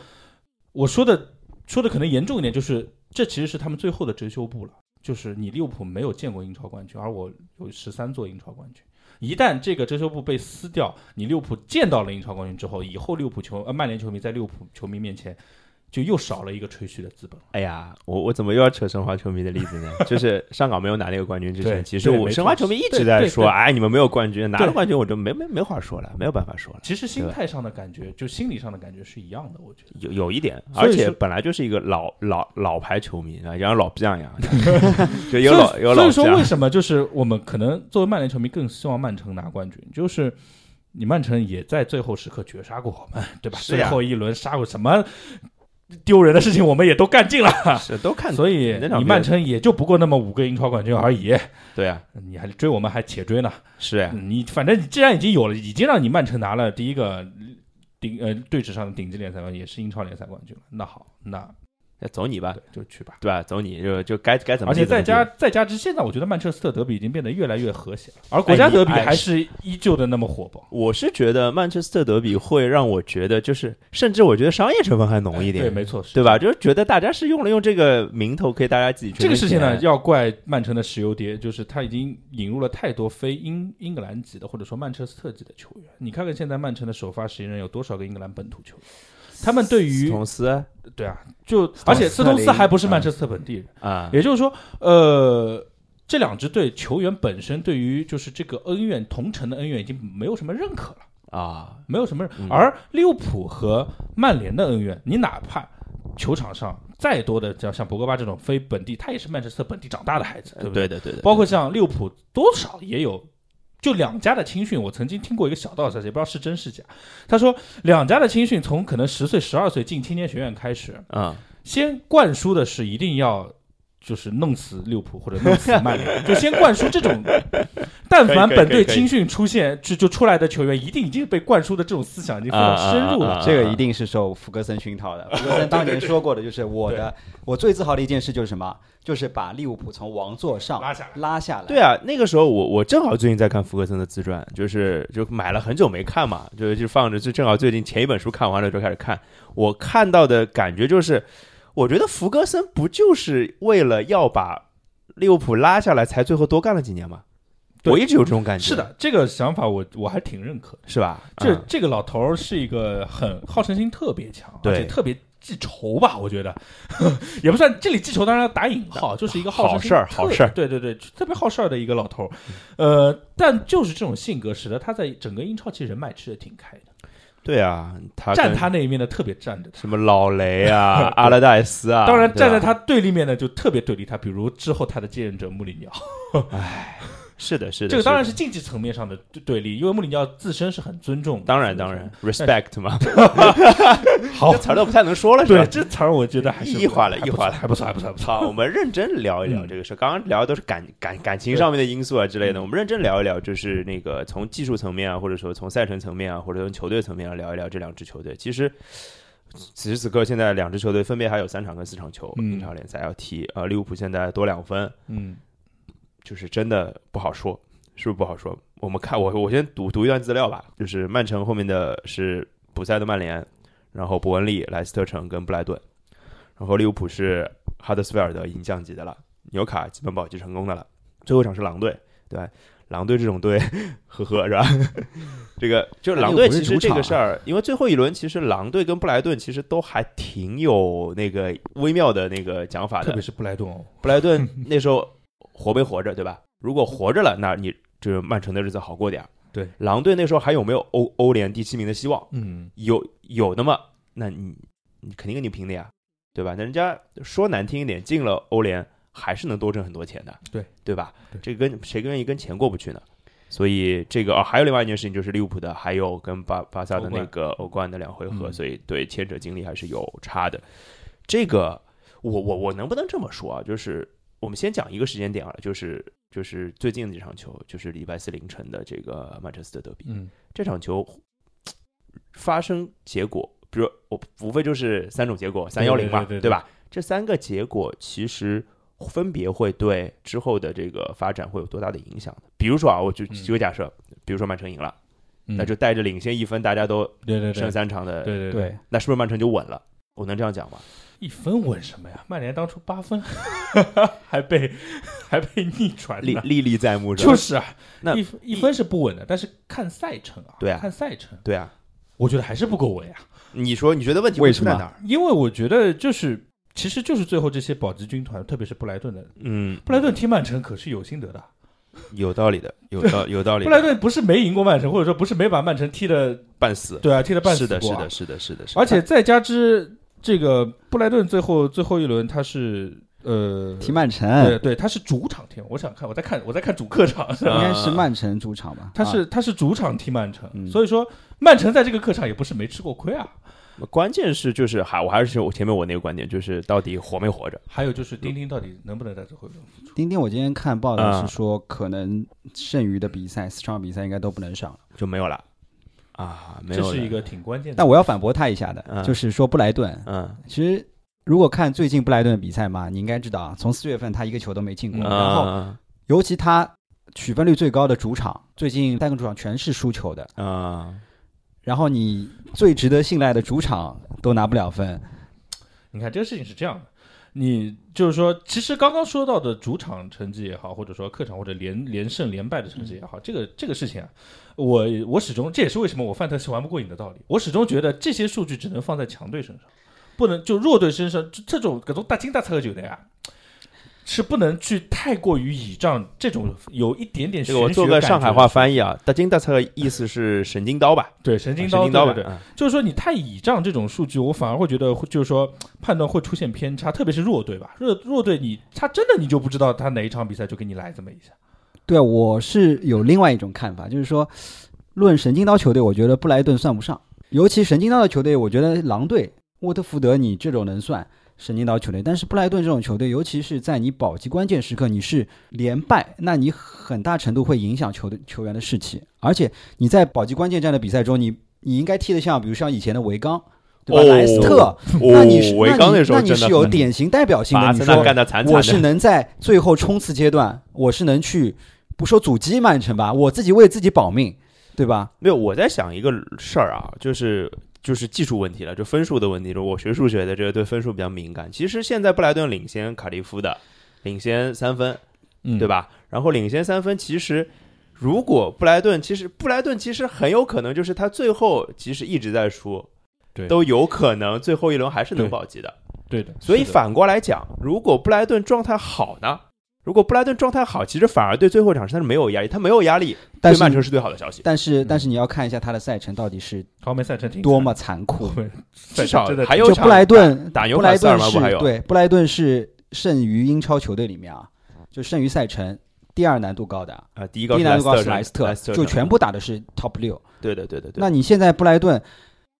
Speaker 3: 我说的说的可能严重一点，就是这其实是他们最后的遮羞布了，就是你利物浦没有见过英超冠军，而我有十三座英超冠军。一旦这个遮羞布被撕掉，你利物浦见到了英超冠军之后，以后利物浦球呃曼联球迷在利物浦球迷面前就又少了一个吹嘘的资本了。
Speaker 1: 哎呀，我我怎么又要扯申花球迷的例子呢？ 就是上港没有拿那个冠军之
Speaker 3: 对
Speaker 1: 前，其实
Speaker 3: 对
Speaker 1: 我
Speaker 3: 没错
Speaker 1: 申花球迷一
Speaker 3: 对
Speaker 1: 直在
Speaker 3: 对
Speaker 1: 说，
Speaker 3: 对
Speaker 1: 哎，你们没有冠军，拿了
Speaker 3: 对
Speaker 1: 冠军我就没没没话说了，没有办法说了。
Speaker 3: 其实心态上的感觉，就心理上的感觉是一样的，我觉得。
Speaker 1: 有有一点，
Speaker 3: 所以
Speaker 1: 而且
Speaker 3: 是
Speaker 1: 本来就是一个老老老牌球迷啊，像老将一 样，就有老
Speaker 3: 所以
Speaker 1: 有
Speaker 3: 所
Speaker 1: 老
Speaker 3: 以说，为
Speaker 1: 将。
Speaker 3: 什么就是我们可能作为曼联球迷更希望曼城拿冠军，就是你曼城也在最后时刻绝杀过我们，对吧？
Speaker 1: 是
Speaker 3: 最
Speaker 1: 呀
Speaker 3: 后一轮杀过什么丢人的事情，我们也都干尽了。
Speaker 1: 是都看
Speaker 3: 所以
Speaker 1: 那场
Speaker 3: 你
Speaker 1: 比
Speaker 3: 曼
Speaker 1: 赛
Speaker 3: 城也就不过那么五个英超冠军而已，
Speaker 1: 对啊，
Speaker 3: 你还追我们还且追呢。
Speaker 1: 是呀，
Speaker 3: 你反正你既然已经有了，已经让你曼城拿了第一个顶呃队史上的顶级联赛冠军，也是英超联赛冠军了。那好，那
Speaker 1: 那走你吧
Speaker 3: 对，，就去吧。
Speaker 1: 对吧？走你就就该该怎么
Speaker 3: 而
Speaker 1: 地。
Speaker 3: 且在
Speaker 1: 怎么
Speaker 3: 加
Speaker 1: 地
Speaker 3: 在加之，现在我觉得曼彻斯特德比已经变得越来越和谐了，而
Speaker 1: 哎
Speaker 3: 国家德比还是依旧的那么火爆，
Speaker 1: 我是觉得曼彻斯特德比会让我觉得，就是甚至我觉得商业成分还浓一点，
Speaker 3: 哎对，没错，是
Speaker 1: 对吧？就是觉得大家是用了用这个名头，可以大家自己去
Speaker 3: 这个事情呢，
Speaker 1: 挣钱
Speaker 3: 要怪曼城的石油跌，就是他已经引入了太多非英英格兰籍的或者说曼彻斯特籍的球员。你看看现在曼城的首发十一人有多少个英格兰本土球员？他们对
Speaker 1: 斯
Speaker 3: 于
Speaker 1: 通斯
Speaker 3: 对啊，就
Speaker 2: 通
Speaker 3: 而且斯通斯还
Speaker 1: 嗯
Speaker 3: 不是曼彻斯特本地人，
Speaker 1: 啊，
Speaker 3: 也就是说，呃，这两支队球员本身对于就是这个恩怨同城的恩怨已经没有什么认可了。
Speaker 1: 啊，
Speaker 3: 没有什么人。
Speaker 1: 嗯
Speaker 3: 而利物浦和曼联的恩怨，你哪怕球场上再多的像像博格巴这种非本地，他也是曼彻斯特本地长大的孩子，对不
Speaker 1: 对的对的，
Speaker 3: 包括像利物浦多少也有。就两家的青训，我曾经听过一个小道消息，也不知道是真是假。他说，两家的青训从可能十岁、十二岁进青年学院开始，
Speaker 1: 嗯，
Speaker 3: 先灌输的是一定要就是弄死利物浦或者弄死曼 联，就先灌输这种， 但凡本队青训出现就就出来的球员，一定已经被灌输的这种思想已经非常深入
Speaker 1: 啊
Speaker 3: 了。
Speaker 2: 这个一定是受福格森熏陶的。福格森当年说过的，就是我的，我最自豪的一件事就是什么？就是把利物浦从王座
Speaker 1: 啊
Speaker 2: 上
Speaker 3: 拉下来
Speaker 2: 拉下来。
Speaker 1: 对啊，那个时候我我正好最近在看福格森的自传，就是就买了很久没看嘛，就就放着，就正好最近前一本书看完了就开始看。我看到的感觉就是，我觉得福格森不就是为了要把利物浦拉下来，才最后多干了几年吗？
Speaker 3: 对
Speaker 1: 我一直有这种感觉，
Speaker 3: 是，的，这个想法我我还挺认可的。
Speaker 1: 是吧？
Speaker 3: 这
Speaker 1: 嗯
Speaker 3: 这个老头儿是一个很好胜心特别强，
Speaker 1: 对
Speaker 3: 而且特别记仇吧，我觉得 也不算这里记仇，当然要打引号，就是一个好胜心
Speaker 1: 好事儿
Speaker 3: 特
Speaker 1: 好事儿嗯
Speaker 3: 对对对，特别好事儿的一个老头儿。呃，但就是这种性格，使得他在整个英超其实人脉吃的挺开的，
Speaker 1: 对啊，他
Speaker 3: 站
Speaker 1: 跟
Speaker 3: 他那一面的特别站着他。
Speaker 1: 什么老雷啊、 阿勒戴斯啊，
Speaker 3: 当然，
Speaker 1: 对吧
Speaker 3: 站在他对立面的就特别对立他，比如之后他的继任者穆里尼奥，
Speaker 1: 是的，是的，
Speaker 3: 这个当然
Speaker 1: 是
Speaker 3: 是竞技层面上的对对立，因为穆里尼奥自身是很尊重
Speaker 1: 的，，当然当然，respect 嘛，哦
Speaker 3: 好
Speaker 1: 这，词儿都不太能说了，是吧
Speaker 3: 对？这词儿我觉得还是
Speaker 1: 异化了
Speaker 3: 还不
Speaker 1: 异化了
Speaker 3: 还不错，还不错，还不错。
Speaker 1: 好，我们认真聊一聊这个事儿。刚刚聊的都是感感感情上面的因素啊之类的，我们认真聊一聊，就是那个从技术层面啊，或者说从赛程层面啊，或者从球队层面啊，聊一聊这两支球队。其实此时此刻，现在两支球队分别还有三场跟四场球，
Speaker 3: 嗯
Speaker 1: 英超联赛要踢。呃，利物浦现在多两分，
Speaker 3: 嗯，
Speaker 1: 就是真的不好说，是不是不好说？我们看我我先读读一段资料吧，就是曼城后面的是补赛的曼联，然后伯恩利、莱斯特城跟布莱顿，然后利物浦是哈德斯菲尔德已经降级的了，纽卡基本保级成功的了，最后一场是狼队，对吧？狼队这种队， 呵呵，是吧？ 这个就狼队
Speaker 2: 那利物浦是
Speaker 1: 其实这
Speaker 2: 主场
Speaker 1: 个
Speaker 2: 啊
Speaker 1: 事儿，因为最后一轮其实狼队跟布莱顿其实都还挺有那个微妙的那个讲法的
Speaker 3: 特，别是布莱顿哦，
Speaker 1: 布莱顿那时候活没活着，对吧？如果活着了，那你就是曼城的日子好过点儿。
Speaker 3: 对，
Speaker 1: 狼队那时候还有没有欧欧联第七名的希望？
Speaker 3: 嗯，
Speaker 1: 有有那么，那你你肯定跟你拼的呀，对吧？那人家说难听一点，进了欧联还是能多挣很多钱的，
Speaker 3: 对
Speaker 1: 对吧？
Speaker 3: 对
Speaker 1: 这跟谁愿意跟钱过不去呢？所以这个哦，还有另外一件事情就是利物浦的，还有跟巴巴萨的那个欧冠的两回合，
Speaker 3: 嗯
Speaker 1: 所以对牵扯精力还是有差的。这个我我我能不能这么说啊？就是我们先讲一个时间点啊，就是就是最近的这场球，就是礼拜四凌晨的这个曼彻斯特德比，
Speaker 3: 嗯，
Speaker 1: 这场球发生结果，比如我无非就是三种结果，三幺零嘛，
Speaker 3: 对对对对
Speaker 1: 吧？这三个结果其实分别会对之后的这个发展会有多大的影响？比如说啊，我就
Speaker 3: 嗯
Speaker 1: 举个假设，比如说曼城赢了，
Speaker 3: 嗯
Speaker 1: 那就带着领先一分，大家都
Speaker 3: 对对
Speaker 1: 剩
Speaker 3: 对
Speaker 1: 三场的，
Speaker 3: 对对对，
Speaker 2: 对，
Speaker 1: 那是不是曼城就稳了？我能这样讲吗？
Speaker 3: 一分稳什么呀？曼联当初八分 还被还被逆转
Speaker 1: 历
Speaker 3: 呢，
Speaker 1: 历历在目，是吧
Speaker 3: 就是啊，
Speaker 1: 那
Speaker 3: 一一分是不稳的，但是看赛程啊，
Speaker 1: 对啊
Speaker 3: 看赛程，
Speaker 1: 对啊。
Speaker 3: 我觉得还是不够稳啊，
Speaker 1: 你说，你觉得问题
Speaker 2: 为
Speaker 1: 会出
Speaker 2: 什么
Speaker 1: 在哪儿？
Speaker 3: 因为我觉得就是其实就是最后这些保级军团，特别是布莱顿的，
Speaker 1: 嗯，
Speaker 3: 布莱顿踢曼城可是有心得的。啊
Speaker 1: 有道理的，有道有道理
Speaker 3: 布莱
Speaker 1: 的，
Speaker 3: 顿不是没赢过曼城，或者说不是没把曼城踢的，
Speaker 1: 半死，
Speaker 3: 对啊，踢的半死
Speaker 1: 是的，
Speaker 3: 过
Speaker 1: 是
Speaker 3: 啊
Speaker 1: 的，是的，是的，是的
Speaker 3: 而且再加之这个布莱顿最后最后一轮他是呃
Speaker 2: 提曼城
Speaker 3: 对对，他是主场踢，我想看我在看我在看主客场，
Speaker 2: 应该是曼城主场吧？
Speaker 3: 啊他
Speaker 2: 啊
Speaker 3: 是他是主场踢曼城，
Speaker 2: 嗯
Speaker 3: 所以说曼城在这个客场也不是没吃过亏啊。
Speaker 1: 关键是就是还我还是我前面我那个观点，就是到底活没活着？
Speaker 3: 还有就是丁丁到底能不能在最后一轮？
Speaker 2: 丁丁，我今天看报
Speaker 3: 啊
Speaker 2: 道
Speaker 1: 嗯
Speaker 2: 是说，可能剩余的比赛四场比赛应该都不能上了。
Speaker 1: 就没有了啊，没
Speaker 3: 这
Speaker 1: 有了。
Speaker 3: 是一个挺关键的。啊
Speaker 2: 但我要反驳他一下的
Speaker 1: 嗯，
Speaker 2: 就是说布莱顿，
Speaker 1: 嗯
Speaker 2: 其实如果看最近布莱顿的比赛嘛，你应该知道啊，从四月份他一个球都没进过，然
Speaker 3: 嗯
Speaker 2: 后
Speaker 1: 啊
Speaker 2: 尤其他取分率最高的主场，最近三个主场全是输球的，
Speaker 1: 啊，
Speaker 2: 然后你最值得信赖的主场都拿不了分，
Speaker 3: 你看这个事情是这样的，你就是说，其实刚刚说到的主场成绩也好，或者说客场或者连连胜连败的成绩也好，这个这个事情啊，我我始终这也是为什么我范特西玩不过瘾的道理。我始终觉得这些数据只能放在强队身上，不能就弱队身上，这这种各种大金大菜的球队啊。是不能去太过于倚仗这种有一点点
Speaker 1: 这个我
Speaker 3: 玄学
Speaker 1: 做个
Speaker 3: 感
Speaker 1: 上
Speaker 3: 觉
Speaker 1: 海
Speaker 3: 的
Speaker 1: 话翻译啊，大金大菜的意思是神经刀吧？
Speaker 3: 对神经
Speaker 1: 神
Speaker 3: 刀
Speaker 1: 经刀吧
Speaker 3: 对，对
Speaker 1: 嗯
Speaker 3: 就是说你太倚仗这种数据，我反而会觉得会就是说判断会出现偏差，特别是弱队吧，弱弱队你他真的你就不知道他哪一场比赛就给你来这么一下，
Speaker 2: 对，啊我是有另外一种看法，就是说，论神经刀球队，我觉得布莱顿算不上，尤其神经刀的球队，我觉得狼队、沃特福德你这种能算神经刀球队，但是布莱顿这种球队，尤其是在你保级关键时刻，你是连败，那你很大程度会影响球队球员的士气，而且你在保级关键战的比赛中，你你应该踢得像，比如像以前的维冈。对吧？
Speaker 1: 哦
Speaker 2: 莱斯特，那你是
Speaker 1: 哦，维
Speaker 2: 那
Speaker 1: 冈
Speaker 2: 你
Speaker 1: 时候
Speaker 2: 那你
Speaker 1: 真的
Speaker 2: 是有
Speaker 1: 很
Speaker 2: 典型代表性
Speaker 1: 把
Speaker 2: 的。
Speaker 1: 阿
Speaker 2: 你
Speaker 1: 森
Speaker 2: 说
Speaker 1: 纳干得惨惨
Speaker 2: 我是
Speaker 1: 的，
Speaker 2: 能在最后冲刺阶段，我是能去不说阻击曼城吧，我自己为自己保命，对吧？
Speaker 1: 没有我在想一个事儿啊，就是。就是技术问题了，就分数的问题了。我学数学的，这个对分数比较敏感。其实现在布莱顿领先卡利夫的，领先三分，
Speaker 3: 嗯
Speaker 1: 对？吧？然后领先三分，其实如果布莱顿，其实布莱顿其实很有可能就是他最后即使一直在输，
Speaker 3: 对
Speaker 1: 都有可能最后一轮还是能
Speaker 3: 对
Speaker 1: 保级的。
Speaker 3: 对的，
Speaker 1: 所以
Speaker 3: 是的
Speaker 1: 反过来讲，如果布莱顿状态好呢？如果布莱顿状态好，其实反而对最后一场是他是没有压力，他没有压力，
Speaker 2: 但
Speaker 1: 对
Speaker 2: 是
Speaker 1: 曼城是嗯最好的消息。
Speaker 2: 但是但是你要看一下他的赛程到底是
Speaker 3: 豪梅赛程挺
Speaker 2: 多么残酷。
Speaker 3: 惨的，
Speaker 1: 至少
Speaker 3: 真的
Speaker 1: 嗯还有
Speaker 2: 就
Speaker 1: 场
Speaker 2: 布莱顿
Speaker 1: 打打
Speaker 2: 布
Speaker 1: 纽卡
Speaker 2: 莱
Speaker 1: 斯尔
Speaker 2: 顿
Speaker 1: 吗？不还
Speaker 2: 是
Speaker 1: 有？
Speaker 2: 对布莱顿是剩余英超球队里面啊，就剩余赛程第二难度高的啊，
Speaker 1: 啊，第一
Speaker 2: 第
Speaker 1: 个
Speaker 2: 一难度高
Speaker 1: 特
Speaker 2: 是莱斯特，
Speaker 1: 特，
Speaker 2: 就全部打的是 top 六。
Speaker 1: 对对对对对
Speaker 2: 那，你现在布莱顿，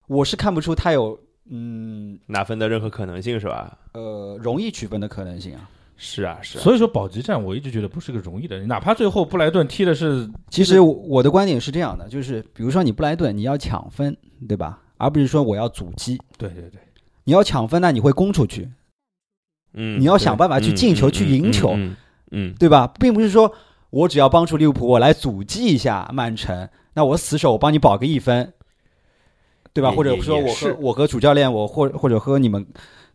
Speaker 2: 我是看不出他有嗯
Speaker 1: 拿分的任何可能性是吧？
Speaker 2: 呃容易取分的可能性啊。
Speaker 1: 是啊是啊，
Speaker 3: 所以说保级战我一直觉得不是个容易的，哪怕最后布莱顿踢的是
Speaker 2: 其实
Speaker 1: 嗯
Speaker 2: 我我的观点是这样的，就是比如说你布莱顿，你要抢分，对吧？而不是说我要阻击。
Speaker 3: 对对对，
Speaker 2: 你要抢分，那你会攻出去，
Speaker 1: 嗯，
Speaker 2: 你要想办法去
Speaker 1: 对
Speaker 2: 进球
Speaker 1: 嗯
Speaker 2: 去
Speaker 1: 嗯
Speaker 2: 赢
Speaker 1: 嗯
Speaker 2: 球
Speaker 1: 嗯嗯，
Speaker 2: 对吧？并不是说我只要帮助利物浦，我来阻击一下曼城，那我死守我帮你保个一分，对吧？
Speaker 1: 也
Speaker 2: 或者
Speaker 1: 也
Speaker 2: 说
Speaker 1: 也
Speaker 2: 我
Speaker 1: 是
Speaker 2: 和我和主教练，我或或者和你们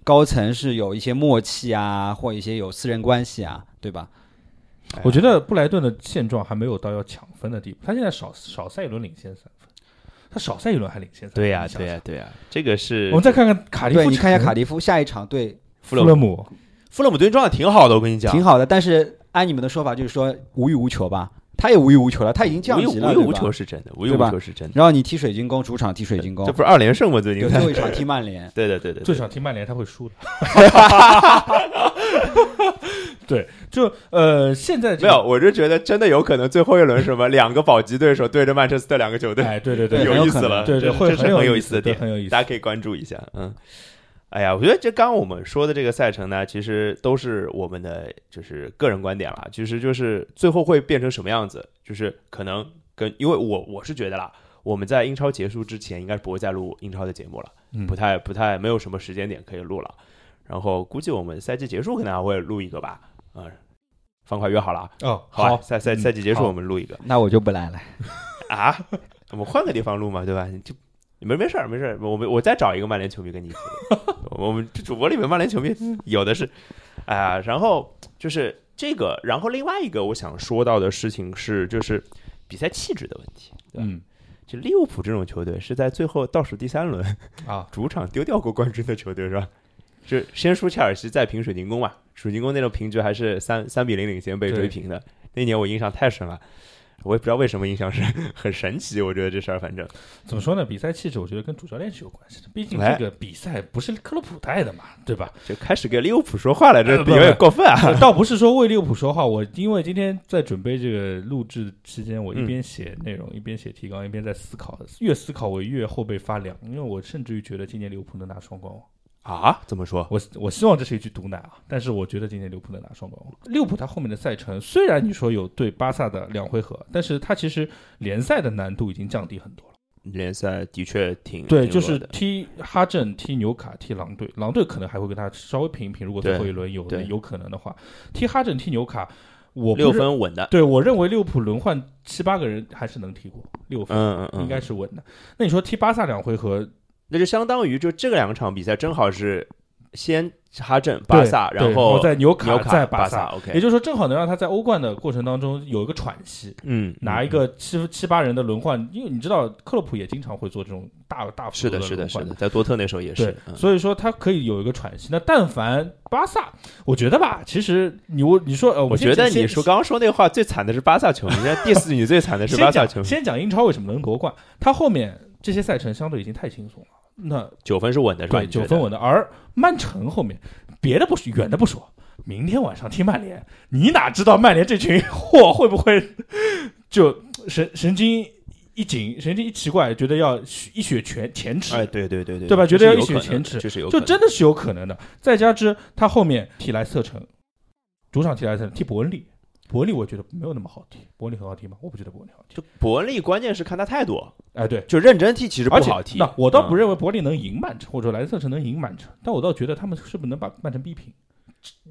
Speaker 2: 高层是有一些默契啊，或一些有私人关系啊，对吧？
Speaker 1: 嗯
Speaker 3: 我觉得布莱顿的现状还没有到要抢分的地步，他现在少少赛一轮领先三分，他少赛一轮还领先三分，
Speaker 1: 对呀
Speaker 3: 你想
Speaker 1: 对
Speaker 3: 想
Speaker 1: 呀对呀，这个是
Speaker 3: 我们再看看卡利夫
Speaker 2: 对，
Speaker 3: 城，
Speaker 2: 你看一下卡迪夫下一场对
Speaker 1: 弗
Speaker 3: 弗
Speaker 1: 洛
Speaker 3: 勒姆，
Speaker 1: 弗洛姆最近状态挺好的，我跟你讲，
Speaker 2: 挺好的，但是按你们的说法，就是说无欲无求吧，他也无欲无求了，他已经降
Speaker 1: 无欲
Speaker 2: 级
Speaker 1: 无
Speaker 2: 了，
Speaker 1: 欲
Speaker 2: 对吧
Speaker 1: 无求。是真的，无欲
Speaker 2: 对吧
Speaker 1: 无求是真的。
Speaker 2: 然后你踢水晶宫，主场踢水晶宫
Speaker 1: 这，不是二连胜吗？最近，
Speaker 2: 有最后一场踢曼联
Speaker 1: 对对对对，
Speaker 3: 最
Speaker 1: 对
Speaker 3: 想听曼联他会 输的。对，就呃，现在这
Speaker 1: 没
Speaker 3: 个
Speaker 1: 有，，我就觉得真的有可能最后一轮什么两个保级对手对着曼彻斯特两个球队，
Speaker 3: 哎，对对
Speaker 2: 对
Speaker 3: 对，
Speaker 2: 很
Speaker 1: 有意
Speaker 2: 可
Speaker 1: 思
Speaker 2: 能
Speaker 1: 了，
Speaker 3: 对对
Speaker 1: 这
Speaker 3: 会
Speaker 1: 这是
Speaker 3: 很有
Speaker 1: 很有
Speaker 3: 意
Speaker 1: 意
Speaker 3: 思
Speaker 1: 的
Speaker 3: 对
Speaker 1: 点，
Speaker 3: 很有意思
Speaker 1: 大家可以关注一下，嗯。哎呀，我觉得这刚刚我们说的这个赛程呢，其实都是我们的就是个人观点啦。其实就是最后会变成什么样子，就是可能跟因为我我是觉得啦，我们在英超结束之前应该是不会再录英超的节目了。
Speaker 3: 嗯
Speaker 1: 不太不太没有什么时间点可以录了。然后估计我们赛季结束可能还会录一个吧，嗯、方块约好了啊，
Speaker 3: 哦，
Speaker 1: 吧
Speaker 3: 好，
Speaker 1: 赛赛
Speaker 3: 嗯
Speaker 1: 赛季结束
Speaker 3: 好
Speaker 1: 我们录一个、
Speaker 2: 那我就不来了。
Speaker 1: 啊， 我们换个地方录嘛，对吧？你就没没事儿没事儿，我们我再找一个曼联球迷跟你一起录，我们这主播里面曼联球迷有的是，哎、呀，然后就是这个，然后另外一个我想说到的事情是，就是比赛气质的问题。对
Speaker 3: 嗯
Speaker 1: 就利物浦这种球队是在最后倒数第三轮
Speaker 3: 啊，
Speaker 1: 主场丢掉过冠军的球队是吧？ 就先输切尔西，再平水晶宫嘛。水晶宫那种平局还是三三比零领先被追平的，那年我印象太深了，我也不知道为什么印象深， 很神奇。我觉得这事儿反正
Speaker 3: 怎么说呢？比赛气质我觉得跟主教练是有关系的，毕竟
Speaker 1: 哎
Speaker 3: 这个比赛不是克洛普带的嘛，对吧？
Speaker 1: 就开始给利物浦说话了，这
Speaker 3: 呃不
Speaker 1: 有点过分啊。
Speaker 3: 倒不是说为利物浦说话，我因为今天在准备这个录制期间，我一
Speaker 1: 嗯
Speaker 3: 边写内容，一边写提纲，一边在思考，越思考我越后背发凉，因为我甚至于觉得今年利物浦能拿双冠王。
Speaker 1: 啊？怎么说？
Speaker 3: 我我希望这是一句毒奶啊，但是我觉得今年利物浦能拿双冠王。利物浦他后面的赛程虽然你说有对巴萨的两回合，但是他其实联赛的难度已经降低很多了。
Speaker 1: 联赛的确挺
Speaker 3: 对，
Speaker 1: 挺
Speaker 3: 就
Speaker 1: 弱
Speaker 3: 是
Speaker 1: 的
Speaker 3: 踢哈镇、踢纽卡、踢狼队，狼队可能还会跟他稍微平一平，如果最后一轮有
Speaker 1: 对
Speaker 3: 有可能的话，踢哈镇、踢纽卡，我不
Speaker 1: 六
Speaker 3: 认，
Speaker 1: 分稳的，
Speaker 3: 对我认为利物浦轮换七八个人还是能踢过六分，
Speaker 1: 嗯嗯嗯，
Speaker 3: 应该是稳的。那你说踢巴萨两回合，
Speaker 1: 那就相当于就这两场比赛正好是先哈镇巴萨，
Speaker 3: 对然
Speaker 1: 后
Speaker 3: 在纽
Speaker 1: 纽
Speaker 3: 卡
Speaker 1: 卡
Speaker 3: 在
Speaker 1: 巴
Speaker 3: 萨，也
Speaker 1: OK，
Speaker 3: 就是说正好能让他在欧冠的过程当中有一个喘息。
Speaker 1: 嗯，
Speaker 3: 拿一个七七八人的轮换，因为你知道克洛普也经常会做这种大大幅
Speaker 1: 是
Speaker 3: 度
Speaker 1: 的，是
Speaker 3: 轮
Speaker 1: 的，是
Speaker 3: 换
Speaker 1: 的，在多特那时候也
Speaker 3: 对
Speaker 1: 是，，嗯
Speaker 3: 所以说他可以有一个喘息。那但凡巴萨，我觉得吧，其实你我你说，呃，
Speaker 1: 我
Speaker 3: 们
Speaker 1: 觉
Speaker 3: 先
Speaker 1: 得
Speaker 3: 先
Speaker 1: 你说刚刚说那话最惨的是巴萨球 迷，人家 diss 你最惨的是巴
Speaker 3: 先
Speaker 1: 萨球
Speaker 3: 讲
Speaker 1: 迷，
Speaker 3: 先讲英超为什么能夺冠，他后面这些赛程相对已经太轻松了。那
Speaker 1: 九分是稳的，是吧？
Speaker 3: 对
Speaker 1: 你觉
Speaker 3: 九
Speaker 1: 得
Speaker 3: 分稳的，而曼城后面别的不说远的不说，明天晚上踢曼联，你哪知道曼联这群 货会不会就神神经一紧，神经一奇怪，觉得要一雪前前耻。
Speaker 1: 哎，对对对对，
Speaker 3: 对吧
Speaker 1: 这是
Speaker 3: 觉得要
Speaker 1: 有
Speaker 3: 一雪
Speaker 1: 可能
Speaker 3: 前
Speaker 1: 的
Speaker 3: 耻
Speaker 1: 这是有可
Speaker 3: 就
Speaker 1: 能的，
Speaker 3: 真的是有可能的。再加之他后面踢莱斯特城，主场踢莱斯特城，踢伯恩利，伯恩利我觉得没有那么好踢，伯恩利很好踢吗？我不觉得伯恩利好踢。
Speaker 1: 就伯利关键是看他态度，
Speaker 3: 哎，对，
Speaker 1: 就认真踢其实不
Speaker 3: 而且
Speaker 1: 好踢。
Speaker 3: 那我倒不
Speaker 1: 嗯
Speaker 3: 认为伯恩利能赢曼城，或者说莱斯特城能赢曼城，但我倒觉得他们是不是能把曼城逼平？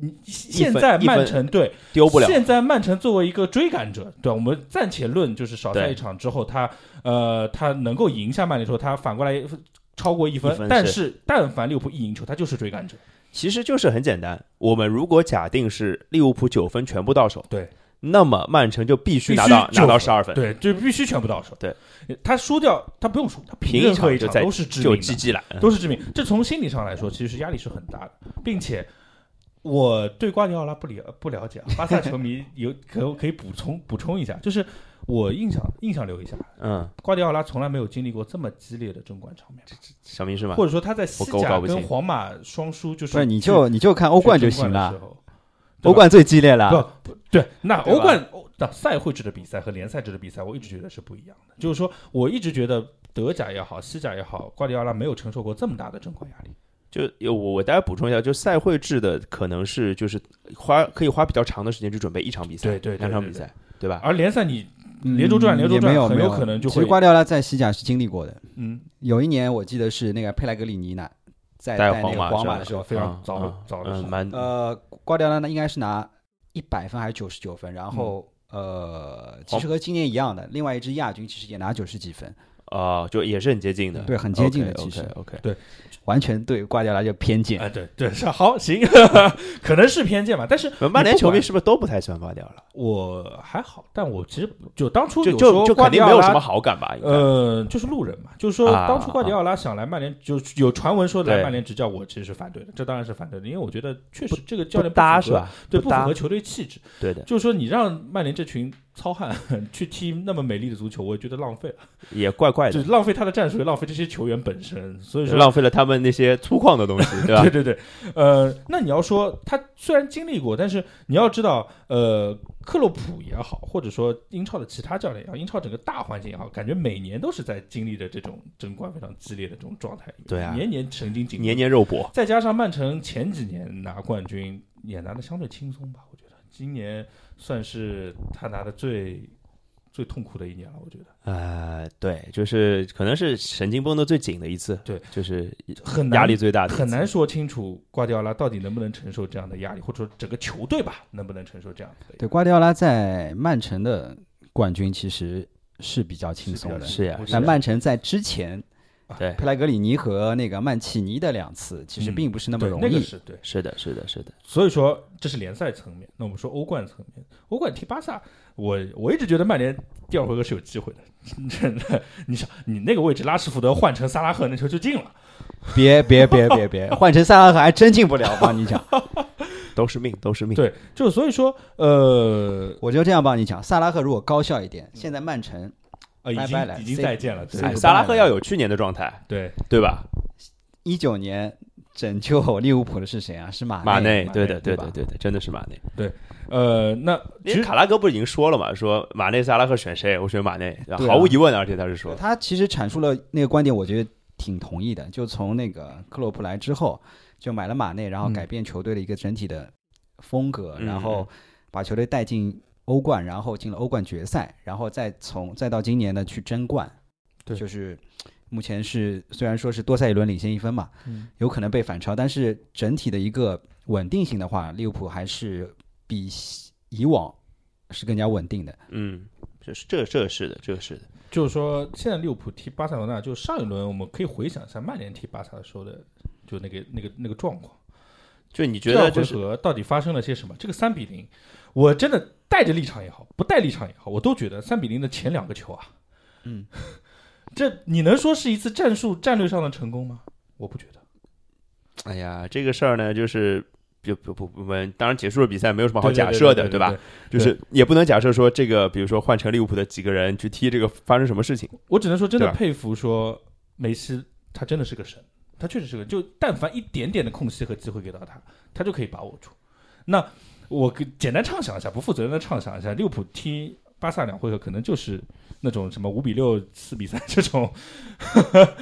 Speaker 3: 你现在
Speaker 1: 一分
Speaker 3: 曼城对
Speaker 1: 丢不了，
Speaker 3: 现在曼城作为一个追赶者，对吧，我们暂且论，就是少赛一场之后，他呃，他能够赢下曼联之后，他反过来超过一分，
Speaker 1: 一分
Speaker 3: 但
Speaker 1: 是
Speaker 3: 是但凡利物浦一赢球，他就是追赶者。
Speaker 1: 其实就是很简单。我们如果假定是利物浦九分全部到手，
Speaker 3: 对，
Speaker 1: 那么曼城就必须拿
Speaker 3: 必须
Speaker 1: 到拿到
Speaker 3: 9
Speaker 1: 十二分，
Speaker 3: 对，就必须全部到手。
Speaker 1: 对，
Speaker 3: 他输掉，他不用输，他
Speaker 1: 平
Speaker 3: 任
Speaker 1: 一
Speaker 3: 何
Speaker 1: 场
Speaker 3: 一
Speaker 1: 就
Speaker 3: 场
Speaker 1: 在
Speaker 3: 都是致
Speaker 1: 就
Speaker 3: 命
Speaker 1: GG 了。
Speaker 2: 嗯
Speaker 1: 嗯
Speaker 3: 的，都是致命。这从心理上来说，其实压力是很大的，并且我对瓜迪奥拉不了不了解啊，巴萨球迷有可可以补充补充一下，就是我印象印象留一下，
Speaker 1: 嗯，
Speaker 3: 瓜迪奥拉从来没有经历过这么激烈的争冠场面，
Speaker 1: 小明是吗？
Speaker 3: 或者说他在西
Speaker 1: 我搞
Speaker 3: 甲
Speaker 1: 不清
Speaker 3: 跟皇马双输，就是
Speaker 2: 不是你
Speaker 3: 去
Speaker 2: 就你就看欧
Speaker 3: 去
Speaker 2: 冠就
Speaker 3: 争
Speaker 2: 行
Speaker 3: 的时
Speaker 2: 了，
Speaker 3: 候。对吧
Speaker 2: 欧冠最激烈了。
Speaker 3: 不不对，那
Speaker 1: 对吧
Speaker 3: 欧冠欧那赛会制的比赛和联赛制的比赛，我一直觉得是不一样的。就是说，我一直觉得德甲也好，西甲也好，瓜迪奥拉没有承受过这么大的争冠压力。
Speaker 1: 就有我我大家补充一下，就赛会制的可能是就是花可以花比较长的时间去准备一场比赛，
Speaker 3: 对对对
Speaker 1: 两场
Speaker 3: 对
Speaker 1: 比
Speaker 3: 对啊
Speaker 1: 赛，对吧？
Speaker 3: 而联赛你连轴转
Speaker 2: 嗯
Speaker 3: 连轴
Speaker 2: 也
Speaker 3: 转
Speaker 2: 没有
Speaker 3: 很
Speaker 2: 没
Speaker 3: 有
Speaker 2: 有
Speaker 3: 可能就
Speaker 2: 其实
Speaker 3: 会
Speaker 2: 瓜迪奥拉在西甲是经历过的，
Speaker 3: 嗯，
Speaker 2: 有一年我记得是那个佩莱格里尼呢，在
Speaker 1: 带
Speaker 2: 带那
Speaker 1: 皇
Speaker 2: 个
Speaker 1: 马
Speaker 2: 皇
Speaker 1: 是
Speaker 2: 马
Speaker 1: 吧
Speaker 2: 的时候，
Speaker 3: 非常
Speaker 1: 嗯
Speaker 3: 早
Speaker 1: 嗯
Speaker 3: 早的时
Speaker 1: 嗯，
Speaker 3: 候
Speaker 1: 蛮
Speaker 2: 呃，瓜迪奥拉呢应该是拿一百分还是九十九分，然后、呃，其实和今年一样的，另外一支亚军其实也拿九十几分，
Speaker 1: 啊，就也是很接近的，
Speaker 2: 对很接近的其实
Speaker 1: OK，
Speaker 2: 完全对瓜迪奥拉就偏见。
Speaker 3: 哎，对对是好行， 可能是偏见吧，但是
Speaker 1: 曼联呃
Speaker 3: 你不
Speaker 1: 球
Speaker 3: 管
Speaker 1: 迷是不是都不太喜欢瓜迪奥拉？
Speaker 3: 我还好，但我其实就当初
Speaker 1: 就
Speaker 3: 有
Speaker 1: 就
Speaker 3: 说
Speaker 1: 就
Speaker 3: 瓜
Speaker 1: 肯
Speaker 3: 迪
Speaker 1: 定
Speaker 3: 奥
Speaker 1: 没有
Speaker 3: 拉
Speaker 1: 什么好感吧？应该
Speaker 3: 呃，就是路人嘛，就是说，
Speaker 1: 啊
Speaker 3: 当初瓜迪奥拉想来曼联，就有传闻说来
Speaker 1: 对
Speaker 3: 曼联执教，我其实是反对的，这当然是反对的，因为我觉得确实这个教
Speaker 1: 不
Speaker 3: 练
Speaker 1: 搭
Speaker 3: 符合
Speaker 1: 是？吧？
Speaker 3: 对，
Speaker 1: 不
Speaker 3: 不符
Speaker 1: 搭
Speaker 3: 合，球队气质。
Speaker 1: 对的，
Speaker 3: 就是说，你让曼联这群糙汉 去踢那么美丽的足球，我也觉得浪费了，
Speaker 1: 也怪怪
Speaker 3: 就
Speaker 1: 的
Speaker 3: 是，浪费他的战术，也浪费这些球员本身。所以说，
Speaker 1: 浪费了他们那些粗犷的东西， 对吧
Speaker 3: 对？对对，呃，那你要说他虽然经历过，但是你要知道，呃，克洛普也好，或者说英超的其他教练也好，英超整个大环境也好，感觉每年都是在经历着这种争冠非常激烈的这种状态里面，
Speaker 1: 对啊
Speaker 3: 年年神经紧，
Speaker 1: 年。年肉搏，
Speaker 3: 再加上曼城前几年拿冠军也拿的相对轻松吧，我觉得今年算是他拿的最最痛苦的一年了，我觉得。
Speaker 1: 呃，对，就是可能是神经绷得最紧的一次，
Speaker 3: 对，
Speaker 1: 就是
Speaker 3: 很难
Speaker 1: 压力最大的一次
Speaker 3: 很难说清楚瓜迪奥拉到底能不能承受这样的压力，或者说整个球队吧能不能承受这样的
Speaker 2: 对，瓜迪奥拉在曼城的冠军其实是比较轻松的。
Speaker 1: 是呀
Speaker 3: 我觉
Speaker 2: 那
Speaker 3: 得
Speaker 2: 曼城在之前，
Speaker 1: 对
Speaker 2: 佩莱格里尼和那个曼奇尼的两次，其实
Speaker 3: 嗯
Speaker 2: 并不是那么
Speaker 3: 对
Speaker 2: 容
Speaker 3: 那个
Speaker 2: 易。
Speaker 3: 是对。
Speaker 1: 是的，是的，是的，
Speaker 3: 所以说这是联赛层面。那我们说欧冠层面，欧冠踢巴萨，我我一直觉得曼联第二回合是有机会的。 真的，你想你那个位置，拉什福德换成萨拉赫，那球就进了。
Speaker 2: 别别别别别，换成萨拉赫还真进不了。我帮你讲，
Speaker 1: 都是命，都是命。哎
Speaker 3: 对，就所以说，呃，
Speaker 2: 我就这样帮你讲，萨拉赫如果高效一点，现在曼城
Speaker 3: 呃已
Speaker 2: 拜
Speaker 3: 经
Speaker 2: 拜了
Speaker 3: 已经
Speaker 2: ，C-
Speaker 3: 再见了，对
Speaker 1: 哎，
Speaker 2: C-
Speaker 1: 萨拉赫要有去年的状态，
Speaker 3: 对，
Speaker 1: 对吧？
Speaker 2: 一九年拯救利物浦的是谁啊？是马
Speaker 1: 马内，
Speaker 2: 内。
Speaker 3: 内
Speaker 1: 对的，
Speaker 2: 对
Speaker 1: 对
Speaker 2: 吧
Speaker 1: 的，对的，真的是马内。
Speaker 3: 呃，那
Speaker 1: 因
Speaker 3: 其
Speaker 1: 为
Speaker 3: 实
Speaker 1: 卡拉哥不是已经说了嘛，说马内、萨拉赫选谁？我选马内，对吧
Speaker 2: 对啊
Speaker 1: 毫无疑问，而且他是说，
Speaker 2: 他其实阐述了那个观点，我觉得挺同意的。就从那个克洛普来之后，就买了马内，然后
Speaker 3: 嗯
Speaker 2: 改变球队的一个整体的风格，
Speaker 1: 嗯
Speaker 2: 然后把球队带进欧冠，然后进了欧冠决赛，然后再从再到今年呢去争冠。
Speaker 4: 对
Speaker 2: 就是目前是虽然说是多赛一轮领先一分嘛，
Speaker 4: 嗯
Speaker 2: 有可能被反超，但是整体的一个稳定性的话，利物浦还是比以往是更加稳定的。
Speaker 1: 嗯，这是这这是的，这是的，
Speaker 3: 就是说，现在利物浦踢巴塞罗那，就上一轮我们可以回想一下曼联踢巴萨的时候的，就那个那个那个状况。
Speaker 1: 就你觉
Speaker 3: 第二
Speaker 1: 得
Speaker 3: 回
Speaker 1: 就是
Speaker 3: 合到底发生了些什么？这个三比零，我真的带着立场也好，不带立场也好，我都觉得三比零的前两个球啊，
Speaker 2: 嗯，
Speaker 3: 这你能说是一次战术战略上的成功吗？我不觉得。
Speaker 1: 哎呀，这个事儿呢，就是就不不不，我们当然结束了比赛没有什么好假设的，
Speaker 3: 对
Speaker 1: 吧？？就是也不能假设说这个，比如说换成利物浦的几个人去踢这个发生什么事情，
Speaker 3: 我只能说真
Speaker 1: 对啊
Speaker 3: 的
Speaker 1: 吧
Speaker 3: 佩服，说梅西他真的是个神，他确实是个，就但凡一点点的空隙和机会给到他，他就可以把握住。那我给简单畅想一下，不负责任的畅想一下，利物浦踢巴萨两回合，可能就是那种什么五比六、四比三这种，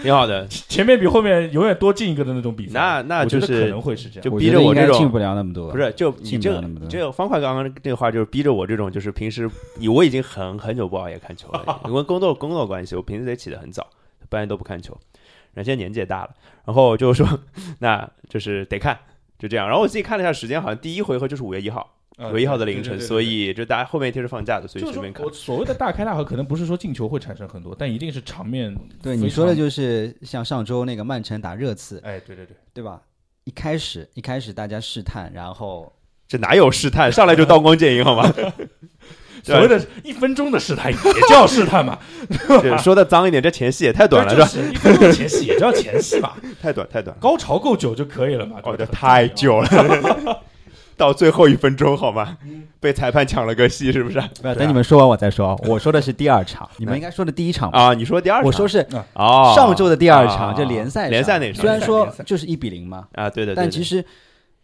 Speaker 1: 挺好的。
Speaker 3: 前面比后面永远多进一个的那种比赛。
Speaker 1: 那那
Speaker 3: 我
Speaker 1: 就
Speaker 3: 觉得
Speaker 1: 是
Speaker 3: 可能会是这样。
Speaker 1: 就
Speaker 2: 我
Speaker 1: 逼
Speaker 2: 觉
Speaker 1: 着
Speaker 2: 得
Speaker 1: 我
Speaker 2: 应
Speaker 1: 这
Speaker 2: 该
Speaker 1: 种
Speaker 2: 进不了那么多，
Speaker 1: 不是，就你
Speaker 2: 进
Speaker 1: 这
Speaker 2: 不了
Speaker 1: 个
Speaker 2: 那么多
Speaker 1: 你这个方块刚刚这个话，就是逼着我这种，就是平时以我已经很很久不熬夜看球 了，因为工作工作关系，我平时得起得很早，半夜都不看球。然后现在年纪也大了，然后就说 那就是得看，就这样。然后我自己看了一下时间，好像第一回合就是五月一号，
Speaker 3: 啊
Speaker 1: 五月一号的凌
Speaker 3: 对
Speaker 1: 晨，
Speaker 3: 对对对
Speaker 1: 所以就大家后面一天是放假的，所以
Speaker 3: 就
Speaker 1: 随
Speaker 3: 是说
Speaker 1: 便看
Speaker 3: 我。所谓的大开大合，可能不是说进球会产生很多，但一定是场面
Speaker 2: 对
Speaker 3: 非
Speaker 2: 你说的
Speaker 3: 常
Speaker 2: 就是像上周那个曼城打热刺，
Speaker 3: 哎，对对
Speaker 1: 啊
Speaker 3: 对，
Speaker 2: 对吧？一开始一开始大家试探，然后
Speaker 1: 这哪有试探，上来就刀光剑影好 吗？
Speaker 3: 所谓的一分钟的试探也叫试探嘛，
Speaker 1: 这说的脏一点，这前戏也太短了，是
Speaker 3: 就
Speaker 1: 吧？
Speaker 3: 是一分钟的前戏也叫前 戏嘛，
Speaker 1: 太短太短了，
Speaker 3: 高潮够久就可以了嘛。
Speaker 1: 哦，
Speaker 3: 对
Speaker 1: 这
Speaker 3: 吧
Speaker 1: 太。久了， 到最后一分钟好吗？被裁判抢了个戏，是不是？
Speaker 2: 不要等你们说完我再说。我说的是第二场，啊 你们应该说的第一场吧？
Speaker 1: 啊，你说第二场，
Speaker 2: 哦我说是
Speaker 1: 哦，
Speaker 2: 上周的第二场，
Speaker 1: 啊
Speaker 2: 就联赛
Speaker 1: 联赛那场
Speaker 2: 虽然说
Speaker 3: 联赛
Speaker 2: 就是一比零嘛，
Speaker 1: 啊，对的，
Speaker 2: 但其
Speaker 1: 实
Speaker 2: 实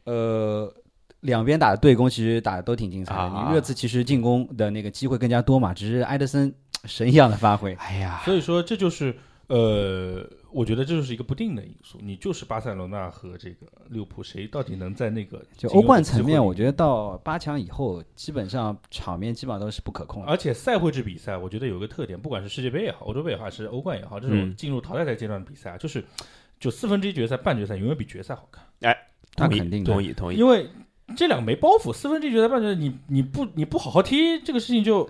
Speaker 2: 呃两边打的对攻其实打的都挺精彩的。
Speaker 1: 啊
Speaker 2: 你热刺其实进攻的那个机会更加多嘛，只是埃德森 神一样的发挥。
Speaker 1: 哎呀，
Speaker 3: 所以说这就是呃，我觉得这就是一个不定的因素，你就是巴塞罗那和这个利物浦谁到底能在那个
Speaker 2: 就欧冠
Speaker 3: 仅
Speaker 2: 层
Speaker 3: 有的机会
Speaker 2: 面，
Speaker 3: 里
Speaker 2: 我觉得到八强以后，基本上场面基本上都是不可控的。
Speaker 3: 而且赛会制比赛，我觉得有一个特点，不管是世界杯也好，欧洲杯也好，还是欧冠也好，这种
Speaker 1: 嗯
Speaker 3: 进入淘汰赛阶段的比赛啊，就是就四分之一决赛、半决赛永远比决赛好看，
Speaker 2: 那
Speaker 1: 同意
Speaker 2: 肯定的
Speaker 1: 同意同意，
Speaker 3: 因为这两个没包袱，四分之一决赛、半决赛，你你不你不好好踢这个事情就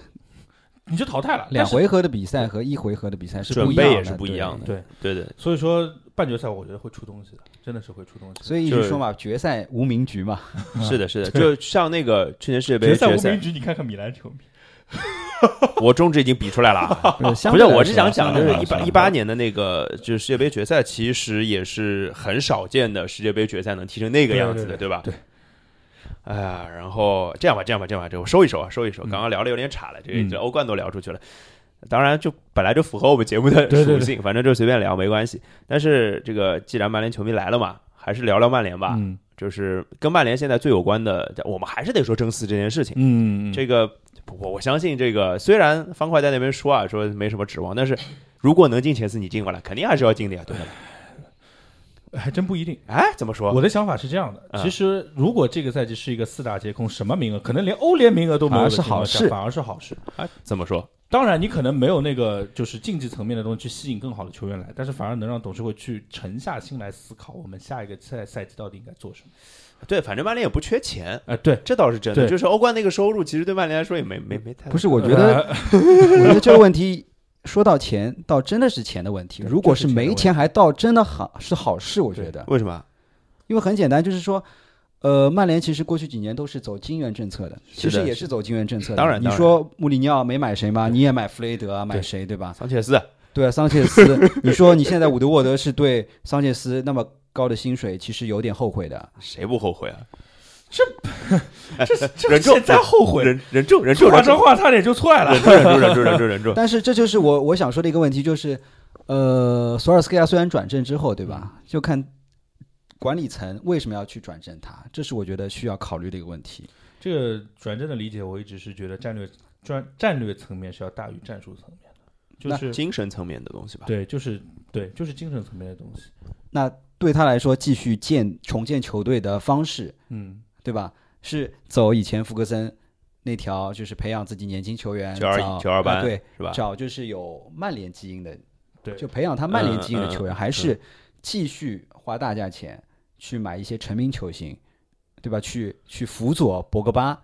Speaker 3: 你就淘汰了，
Speaker 2: 两
Speaker 3: 但是
Speaker 2: 回合的比赛和一回合的比赛是不
Speaker 1: 准
Speaker 2: 一样
Speaker 1: 备
Speaker 2: 的，
Speaker 1: 也是不一样的，
Speaker 3: 对。
Speaker 1: 对的，
Speaker 3: 所以说半决赛我觉得会出东西的，真的是会出东西
Speaker 2: 对。
Speaker 3: 的。
Speaker 2: 所以一直说嘛，决赛无名 局嘛，
Speaker 1: 是的，是的，就像那个去年世界杯
Speaker 3: 赛
Speaker 1: 决
Speaker 3: 无
Speaker 1: 赛
Speaker 3: 名，局，你看看米兰球迷，
Speaker 1: 我中指已经比出来了啊。
Speaker 2: 不是
Speaker 1: 不是，我是想讲，
Speaker 2: 的
Speaker 1: 就是一八一八年的那个，就是世界杯决赛，其实也是很少见的，世界杯决赛能踢成那个样子的，
Speaker 3: 对对对
Speaker 1: 吧？
Speaker 3: 对。
Speaker 1: 哎呀，然后这样吧，这样吧，这样吧，这我收一收啊，收一收。
Speaker 3: 嗯
Speaker 1: 刚刚聊的有点岔了，这个
Speaker 3: 嗯
Speaker 1: 这欧冠都聊出去了。当然，就本来就符合我们节目的
Speaker 3: 对对对
Speaker 1: 属性，反正就随便聊没关系。但是这个既然曼联球迷来了嘛，还是聊聊曼联吧。
Speaker 3: 嗯
Speaker 1: 就是跟曼联现在最有关的，我们还是得说争四这件事情。
Speaker 3: 嗯，
Speaker 1: 这个我我相信这个，虽然方块在那边说啊，说没什么指望，但是如果能进前四，你进过来，肯定还是要进的呀，对吧？
Speaker 3: 还真不一定。
Speaker 1: 哎，怎么说？
Speaker 3: 我的想法是这样的，
Speaker 1: 嗯
Speaker 3: 其实如果这个赛季是一个四大皆空，什么名额，可能连欧联名额都没有的情
Speaker 2: 反
Speaker 3: 况下，
Speaker 2: 而是好事
Speaker 3: 反而是好事。
Speaker 1: 哎，怎么说？
Speaker 3: 当然，你可能没有那个就是竞技层面的东西去吸引更好的球员来，但是反而能让董事会去沉下心来思考我们下一个赛赛季到底应该做什么。
Speaker 1: 对，反正曼联也不缺钱，
Speaker 3: 哎、对，
Speaker 1: 这倒是真的。
Speaker 3: 对
Speaker 1: 就是欧冠那个收入，其实对曼联来说也没没没太
Speaker 2: 不是，我觉得
Speaker 1: 呃
Speaker 2: 我觉得这个问题说到钱，倒真的是钱的问题。
Speaker 3: 对
Speaker 2: 如果
Speaker 3: 就是钱的
Speaker 2: 没
Speaker 3: 问题
Speaker 2: 钱，还倒真的好是好事，我觉得，
Speaker 1: 为什么？
Speaker 2: 因为很简单，就是说。呃，曼联其实过去几年都是走金元政策的，其
Speaker 1: 是
Speaker 2: 实
Speaker 1: 的
Speaker 2: 也
Speaker 1: 是
Speaker 2: 是走金元政策的。
Speaker 1: 当然
Speaker 2: 你
Speaker 1: 当然
Speaker 2: 说穆里尼奥没买谁吗？你也买弗雷德啊，买谁对吧？
Speaker 1: 桑切斯
Speaker 2: 对啊，桑切斯，你说你现在伍德沃德是对桑切斯那么高的薪水，其实有点后悔的。
Speaker 1: 谁不后悔啊？
Speaker 3: 呃 这这
Speaker 1: 忍住
Speaker 3: 现在后悔，
Speaker 1: 忍忍住，忍住，
Speaker 3: 夸
Speaker 1: 忍
Speaker 3: 张
Speaker 1: 住，
Speaker 3: 话差点就出来了
Speaker 1: 忍。住，忍住，忍住，忍住。
Speaker 2: 但是这就是我我想说的一个问题，就是，呃，索尔斯克亚虽然转正之后，对吧？就看管理层为什么要去转正他，这是我觉得需要考虑的一个问题。
Speaker 3: 这个转正的理解，我一直是觉得战略战战略层面是要大于战术层面的，就是
Speaker 1: 精神层面的东西吧。
Speaker 3: 对，就是对，就是精神层面的东西。
Speaker 1: 嗯
Speaker 2: 那对他来说，继续建重建球队的方式，
Speaker 3: 嗯，
Speaker 2: 对吧？是走以前福格森那条，就是培养自己年轻球员，
Speaker 1: 921
Speaker 2: 找
Speaker 1: 928
Speaker 2: 啊对，
Speaker 1: 是吧？
Speaker 2: 找就是有曼联基因的
Speaker 3: 对
Speaker 2: 就培养他曼联基因的
Speaker 1: 嗯嗯
Speaker 2: 球员，还是继续花大价钱去买一些成名球星，对吧？去去辅佐博格巴，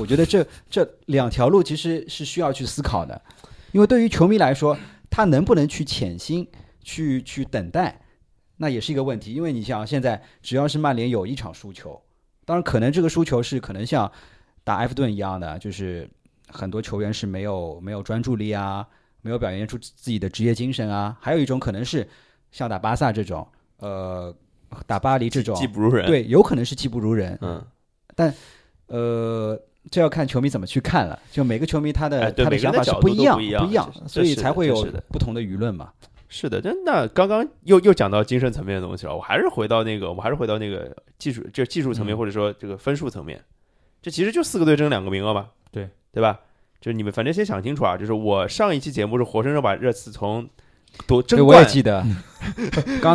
Speaker 2: 我觉得这 这两条路其实是需要去思考的，因为对于球迷来说，他能不能去潜心去去等待，那也是一个问题。因为你想现在只要是曼联有一场输球，当然可能这个输球是可能像打埃弗顿一样的，就是很多球员是没有没有专注力啊，没有表现出自己的职业精神啊。还有一种可能是像打巴萨这种，呃，打巴黎这
Speaker 3: 啊
Speaker 2: 种，
Speaker 1: 技不如人，，
Speaker 2: 对，有可能是技不如人。
Speaker 1: 嗯，
Speaker 2: 呃，这要看球迷怎么去看了。就每个球迷他的、
Speaker 1: 哎对
Speaker 2: 他
Speaker 1: 每个
Speaker 2: 想
Speaker 1: 人的
Speaker 2: 法是
Speaker 1: 角
Speaker 2: 不
Speaker 1: 度
Speaker 2: 一
Speaker 1: 都
Speaker 2: 样，
Speaker 1: 不一样这是
Speaker 2: 所以
Speaker 1: 这
Speaker 2: 才会
Speaker 1: 是
Speaker 2: 有
Speaker 1: 的
Speaker 2: 不同的舆论嘛。
Speaker 1: 是的，真那刚刚又又讲到精神层面的东西了，我还是回到那个，我还是回到那个技术，就技术层面
Speaker 3: 嗯
Speaker 1: 或者说这个分数层面，这其实就四个队争两个名额嘛，
Speaker 3: 对
Speaker 1: 对吧？就是你们反正先想清楚啊，就是我上一期节目是活生生把热刺从夺
Speaker 2: 对，
Speaker 1: 争
Speaker 2: 我也
Speaker 1: 冠
Speaker 2: 记得，刚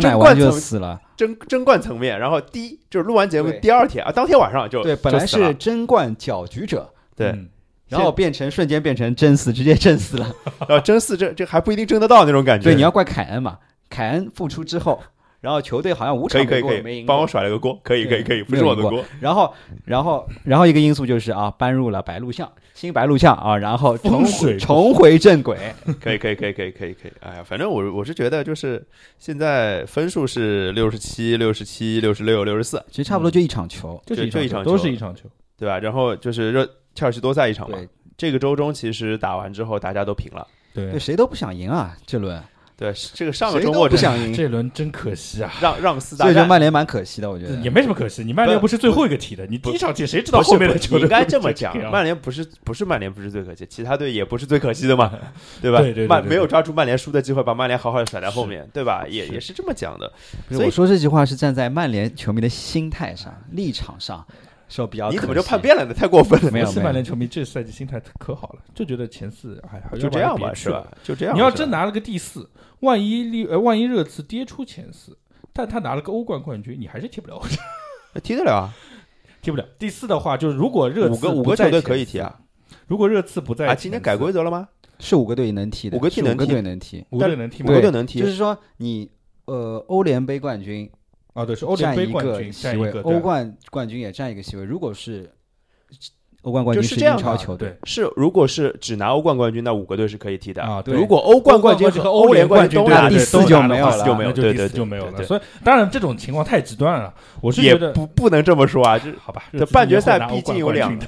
Speaker 1: 争
Speaker 2: 奶
Speaker 1: 冠
Speaker 2: 完就
Speaker 1: 层
Speaker 2: 死了。
Speaker 1: 争争冠层面，然后第一就是录完节目
Speaker 2: 对
Speaker 1: 第二天啊，当天晚上 就
Speaker 2: 对，本
Speaker 1: 就
Speaker 2: 来
Speaker 1: 死了
Speaker 2: 是争冠搅局者，
Speaker 1: 对
Speaker 3: 嗯
Speaker 2: 然后变成瞬间变成争四，直接争 四了。
Speaker 1: 然后争四这这还不一定争得到那种感觉，
Speaker 2: 对，你要怪凯恩嘛，凯恩复出之后，然后球队好像五
Speaker 1: 可
Speaker 2: 场
Speaker 1: 以可以
Speaker 2: 没过
Speaker 1: 可
Speaker 2: 没
Speaker 1: 以
Speaker 2: 赢，
Speaker 1: 帮
Speaker 2: 过
Speaker 1: 我甩了个锅，可以可以
Speaker 2: 对
Speaker 1: 可以，不
Speaker 2: 没
Speaker 1: 是
Speaker 2: 有
Speaker 1: 我的
Speaker 2: 赢过
Speaker 1: 锅，
Speaker 2: 然后，然后，然后一个因素就是啊，搬入了白鹿巷，新白鹿巷啊，然后重
Speaker 3: 风水
Speaker 2: 回重回正轨。
Speaker 1: 可以可以可以可以可以可以，哎呀，反正我我是觉得就是现在分数是六十七、六十七、六十六、六十四，
Speaker 2: 其实差不多就一场球，
Speaker 3: 就是
Speaker 1: 就
Speaker 3: 一
Speaker 1: 一场
Speaker 3: 球都
Speaker 1: 球
Speaker 3: 是一场球，
Speaker 1: 对吧？然后就是热切尔西多赛一场嘛
Speaker 2: 对，
Speaker 1: 这个周中其实打完之后大家都平了，
Speaker 3: 对
Speaker 2: 对，谁都不想赢啊，这轮
Speaker 1: 对，这个上个
Speaker 2: 谁
Speaker 1: 周
Speaker 2: 都
Speaker 1: 末
Speaker 2: 不
Speaker 1: 真
Speaker 2: 想赢，
Speaker 3: 这轮真可惜啊。
Speaker 1: 让让四
Speaker 2: 所
Speaker 1: 大
Speaker 2: 以就
Speaker 1: 战。
Speaker 2: 曼联蛮可惜的，我觉得
Speaker 3: 嗯也没什么可惜，你曼联
Speaker 1: 不
Speaker 3: 不是最后一个踢的，你第一场踢谁知道
Speaker 1: 不是
Speaker 3: 后面的
Speaker 1: 不是
Speaker 3: 球
Speaker 1: 你
Speaker 3: 队
Speaker 1: 应该
Speaker 3: 会
Speaker 1: 这么
Speaker 3: 这
Speaker 1: 讲，
Speaker 3: 样
Speaker 1: 曼联不是不是曼联不是最可惜，其他队也不是最可惜的嘛，对吧？
Speaker 3: 对对对对
Speaker 1: 曼
Speaker 3: 对
Speaker 1: 没有抓住曼联输的机会，把曼联好好的甩在后面，对吧？也也是这么讲的，
Speaker 2: 不是
Speaker 1: 所以
Speaker 2: 我说这句话是站在曼联球迷的心态上、立场上说比较可惜。
Speaker 1: 你怎么就叛变了呢？太过分了，
Speaker 2: 没有
Speaker 3: 不是曼联球迷这赛季心态可好了，就觉得前四哎呀，
Speaker 1: 就这样吧，
Speaker 3: 别去
Speaker 1: 是
Speaker 3: 了
Speaker 1: 吧？就这样吧。
Speaker 3: 你要
Speaker 1: 是吧
Speaker 3: 真拿了个第四，万一利呃万一热刺跌出前四，但他拿了个欧冠冠军，你还是踢不了，
Speaker 1: 踢得了啊，
Speaker 3: 踢不了。第四的话，就是如果热刺
Speaker 1: 五个五
Speaker 3: 不
Speaker 1: 个
Speaker 3: 在
Speaker 1: 球队
Speaker 3: 前
Speaker 1: 可以
Speaker 3: 四
Speaker 1: 踢啊，
Speaker 3: 如果热刺不在
Speaker 1: 啊，
Speaker 3: 前
Speaker 1: 今天
Speaker 3: 四
Speaker 1: 改规，则了吗？
Speaker 2: 是五个队能踢的，
Speaker 1: 五个队
Speaker 2: 是
Speaker 1: 能
Speaker 2: 五个
Speaker 1: 踢
Speaker 2: 队能踢，
Speaker 3: 五个队能踢
Speaker 1: 五
Speaker 3: 吗？
Speaker 1: 个
Speaker 2: 对
Speaker 1: 队能
Speaker 2: 就
Speaker 1: 踢，
Speaker 2: 是说你呃欧联杯冠军
Speaker 3: 啊，对，是欧联
Speaker 2: 占
Speaker 3: 杯
Speaker 2: 一
Speaker 3: 冠
Speaker 2: 个
Speaker 3: 军
Speaker 2: 席
Speaker 3: 占一
Speaker 2: 位，
Speaker 3: 个对啊
Speaker 2: 欧冠冠军也占一个席位。如果是欧冠冠
Speaker 1: 就
Speaker 2: 军
Speaker 1: 是这样
Speaker 2: 英超
Speaker 1: 的
Speaker 2: 球队，
Speaker 1: 是如果是只拿欧冠冠军，那五个队是可以踢的
Speaker 3: 啊对
Speaker 1: 如果欧冠冠军
Speaker 3: 军
Speaker 1: 和
Speaker 3: 欧
Speaker 1: 联
Speaker 3: 冠
Speaker 1: 军都
Speaker 3: 对
Speaker 1: 拿
Speaker 2: 第
Speaker 3: 对
Speaker 2: 四
Speaker 3: 都
Speaker 2: 就
Speaker 3: 拿的
Speaker 2: 没有
Speaker 3: 话
Speaker 2: 了
Speaker 3: 那
Speaker 1: 就没有
Speaker 3: 就
Speaker 1: 对
Speaker 3: 第
Speaker 1: 对
Speaker 3: 四
Speaker 1: 对
Speaker 3: 就没有了。
Speaker 1: 对
Speaker 3: 所以当然这种情况太极端了，我是
Speaker 1: 也
Speaker 3: 觉得
Speaker 1: 不不能这么说啊， 这
Speaker 3: 好吧，
Speaker 1: 这
Speaker 3: 热刺
Speaker 1: 半决
Speaker 3: 今年
Speaker 1: 赛
Speaker 3: 会拿
Speaker 1: 毕
Speaker 3: 欧冠
Speaker 1: 竟有
Speaker 3: 冠军
Speaker 1: 两
Speaker 3: 的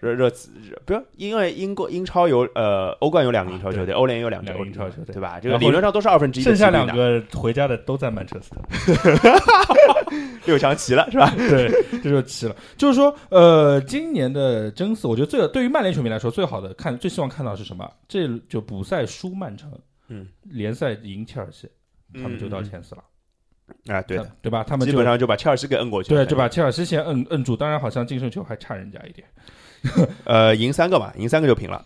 Speaker 1: 热热刺热不是因为英国英超有呃欧冠有两个英超球
Speaker 3: 啊
Speaker 1: 队，欧联也有两
Speaker 3: 两
Speaker 1: 个
Speaker 3: 个英超球队
Speaker 1: 对吧？这个
Speaker 3: 然后
Speaker 1: 理论上都是二分之一的
Speaker 3: 剩
Speaker 1: 几率
Speaker 3: 下
Speaker 1: 拿，
Speaker 3: 两个回家的都在曼彻斯特。
Speaker 1: 六强齐了是吧？
Speaker 3: 对，这就齐了。就是说，呃，今年的争四，我觉得最对于曼联球迷来说，最好的看最希望看到的是什么？这就补赛输曼城，
Speaker 1: 嗯，
Speaker 3: 联赛赢切尔西，他们就到前四了，
Speaker 1: 啊，对的，
Speaker 3: 对吧？他们
Speaker 1: 基
Speaker 3: 就
Speaker 1: 本上就把切尔西给摁过去了，
Speaker 3: 对，就把切尔西先摁摁住。当然，好像净胜球还差人家一点。
Speaker 1: 呃赢三个吧，赢三个就平了，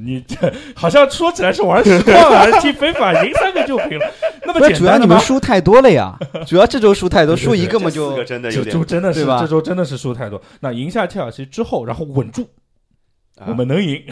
Speaker 3: 你这好像说起来是玩实况啊，踢非法赢三个就平了，那么
Speaker 2: 不是
Speaker 3: 简
Speaker 2: 主要
Speaker 3: 单
Speaker 2: 你
Speaker 3: 的
Speaker 2: 们
Speaker 3: 吗？
Speaker 2: 输太多了 呀，主要这周输太多，
Speaker 3: 对对
Speaker 2: 输
Speaker 3: 对
Speaker 2: 一
Speaker 1: 这
Speaker 2: 个嘛
Speaker 1: 四
Speaker 2: 就
Speaker 1: 个真的有
Speaker 3: 这
Speaker 1: 点
Speaker 3: 周真的是，
Speaker 2: 对吧
Speaker 3: 这周真的是输太多。那赢下切尔西之后，然后稳住，
Speaker 1: 啊
Speaker 3: 我们能赢，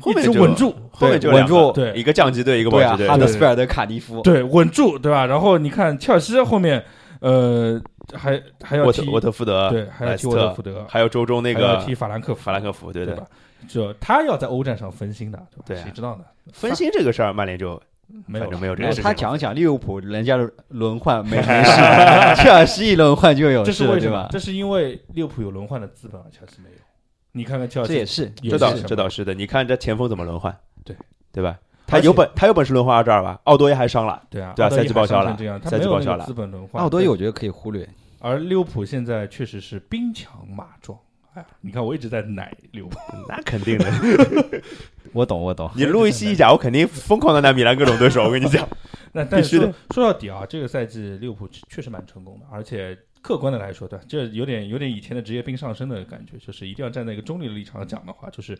Speaker 1: 后面
Speaker 3: 一直
Speaker 1: 就
Speaker 3: 稳住，
Speaker 1: 后面
Speaker 2: 对
Speaker 1: 就
Speaker 2: 稳
Speaker 1: 两个
Speaker 2: 住
Speaker 3: 对
Speaker 1: 一个降级队，一个保
Speaker 2: 对啊
Speaker 1: 级，队
Speaker 2: 哈，
Speaker 3: 对
Speaker 2: 德斯菲尔德、卡迪夫，
Speaker 3: 对，稳住，对吧？然后你看切尔西后面，呃，还还要
Speaker 1: 沃特
Speaker 3: 踢
Speaker 1: 沃特福德，
Speaker 3: 对，还要
Speaker 1: 莱
Speaker 3: 踢
Speaker 1: 斯
Speaker 3: 沃特
Speaker 1: 特
Speaker 3: 福，德，
Speaker 1: 还有周中那
Speaker 3: 还要
Speaker 1: 个
Speaker 3: 踢法兰克福，
Speaker 1: 法兰克福，对
Speaker 3: 对
Speaker 1: 的。
Speaker 3: 吧？就他要在欧战上分心的，对吧？
Speaker 1: 对啊
Speaker 3: 谁知道呢？
Speaker 1: 分心这个事儿，曼联就
Speaker 3: 没有
Speaker 1: 反正没
Speaker 3: 有，
Speaker 1: 有这
Speaker 2: 然
Speaker 1: 个
Speaker 2: 后
Speaker 1: 事情
Speaker 2: 他
Speaker 1: 了。
Speaker 2: 讲讲利物浦人家轮换 没没事， 切尔西一轮换就有
Speaker 3: 这
Speaker 2: 事
Speaker 3: 是
Speaker 2: 了，
Speaker 3: 为什
Speaker 2: 对
Speaker 3: 么
Speaker 2: 吧？？
Speaker 3: 这是因为利物浦有轮换的资本，啊而切尔西没有。你看看切尔
Speaker 2: 这也
Speaker 3: 西，
Speaker 2: 是
Speaker 3: 有
Speaker 1: 这倒
Speaker 3: 些
Speaker 1: 是，
Speaker 3: 什
Speaker 1: 这
Speaker 3: 么
Speaker 1: 倒是的。你看这前锋怎么轮换？
Speaker 3: 对
Speaker 1: 对吧？
Speaker 3: 而
Speaker 1: 他
Speaker 3: 且
Speaker 1: 有本他有本事轮换阿扎尔吧？奥多耶还伤了，
Speaker 3: 对啊，
Speaker 1: 对啊
Speaker 3: 奥德
Speaker 1: 赛
Speaker 3: 伊
Speaker 1: 季
Speaker 3: 还
Speaker 1: 报销
Speaker 3: 伤
Speaker 1: 了
Speaker 3: 成这样，他
Speaker 1: 赛
Speaker 3: 没
Speaker 1: 季
Speaker 3: 有
Speaker 1: 报
Speaker 3: 那
Speaker 1: 销
Speaker 3: 个
Speaker 1: 了
Speaker 3: 资本轮换。
Speaker 2: 奥多
Speaker 3: 对
Speaker 2: 有，我觉得可以忽略，
Speaker 3: 而利物浦现在确实是兵强马壮。哎呀，你看我一直在奶利物浦，
Speaker 1: 那肯定的。
Speaker 2: 我懂我懂，
Speaker 1: 你路易西一甲，我肯定疯狂的拿米兰各种对手。我跟你 讲，
Speaker 3: 那但
Speaker 1: 必须
Speaker 3: 是
Speaker 1: 的
Speaker 3: 说说到底啊，这个赛季利物浦确实蛮成功的，而且客观的来说，对吧，这有点有点以前的职业兵上身的感觉，就是一定要站在一个中立的立场讲的话，就是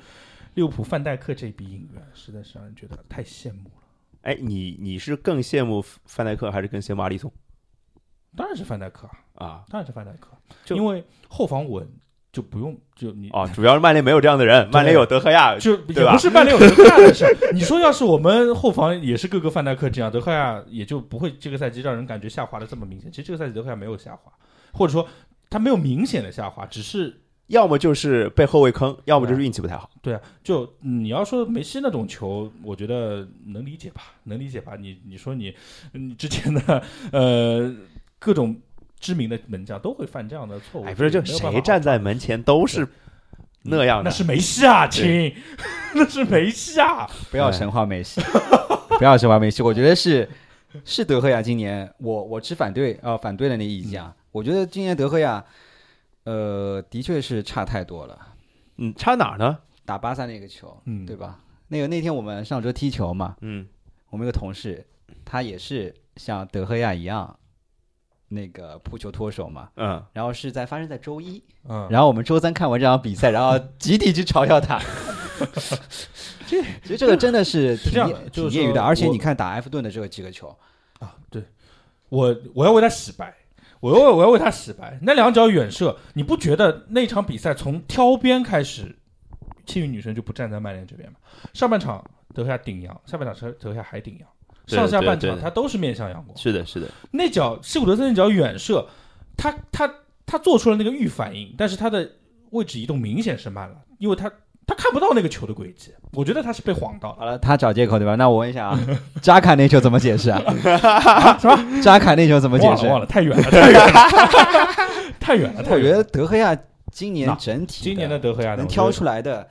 Speaker 3: 利物浦范戴克这笔引援实在是让人觉得太羡慕了。
Speaker 1: 哎，你你是更羡慕范戴克还是更羡慕阿里松
Speaker 3: 当然是范戴克啊，
Speaker 1: 啊？
Speaker 3: 当然是范戴克，
Speaker 1: 就
Speaker 3: 因为后防稳，就不用就你
Speaker 1: 哦，主要是曼联没有这样的人，曼联有德赫亚，
Speaker 3: 就
Speaker 1: 对
Speaker 3: 也
Speaker 1: 吧
Speaker 3: 不是曼联有德赫亚的事儿。 你说要是我们后防也是各个范戴克这样，德赫亚也就不会这个赛季让人感觉下滑的这么明显。其实这个赛季德赫亚没有下滑，或者说他没有明显的下滑，只是
Speaker 1: 要么就是被后卫坑，要么就是运气不太好。
Speaker 3: 对啊，就你要说梅西那种球，我觉得能理解吧，能理解吧。你你说你你之前的 呃各种知名的门将都会犯这样的错误，
Speaker 1: 哎，不是，就
Speaker 3: 没有办法
Speaker 1: 谁
Speaker 3: 嗯
Speaker 1: 站在门前都是那样
Speaker 3: 那
Speaker 1: 的，
Speaker 3: 是梅西啊，亲， 那是梅西啊。
Speaker 2: 不要神话梅西， 不要神话梅西。我觉得是是德赫亚今年，我我持反对呃反对的那意见啊。我觉得今年德赫亚，呃，的确是差太多了。
Speaker 1: 嗯，差哪儿呢？
Speaker 2: 打巴萨那个球，
Speaker 3: 嗯
Speaker 2: 对吧？那个那天我们上周踢球嘛，
Speaker 1: 嗯，
Speaker 2: 我们有个同事，他也是像德赫亚一样，那个扑球脱手嘛。
Speaker 1: 嗯，
Speaker 2: 然后是在发生在周一，
Speaker 3: 嗯，
Speaker 2: 然后我们周三看完这场比赛，然后集体去嘲笑 他。这其实这个真的是
Speaker 3: 是
Speaker 2: 挺
Speaker 3: 这样
Speaker 2: 业
Speaker 3: 的就
Speaker 2: 挺
Speaker 3: 是
Speaker 2: 业余的，
Speaker 3: 说
Speaker 2: 而且
Speaker 3: 我
Speaker 2: 你看打埃弗顿的这个几个球，
Speaker 3: 啊，对，我我要为他洗白，我要为我要为他洗白。那两脚远射，你不觉得那场比赛从挑边开始，幸运女神就不站在曼联这边吗？上半场德赫亚顶阳，下半场德德赫亚还顶阳，
Speaker 1: 对
Speaker 3: 上下半
Speaker 1: 对
Speaker 3: 场
Speaker 1: 对
Speaker 3: 他都是面向阳光。
Speaker 1: 是的，是的，
Speaker 3: 那脚西古德森那脚远射，他他他做出了那个预反应，但是他的位置移动明显是慢了，因为他他看不到那个球的轨迹，我觉得他是被晃到了。
Speaker 2: 好了，他找借口对吧？那我问一 下啊，扎卡那球怎么解释啊？什么？ 扎卡那球怎么解
Speaker 3: 忘
Speaker 2: 释
Speaker 3: 了？忘了，太远了，太远了，太远了，太
Speaker 2: 我
Speaker 3: 远
Speaker 2: 觉
Speaker 3: 了。
Speaker 2: 得德赫亚今年
Speaker 3: 那
Speaker 2: 整体
Speaker 3: 今年的德赫亚
Speaker 2: 能
Speaker 3: 呢
Speaker 2: 挑
Speaker 3: 我觉得
Speaker 2: 出来的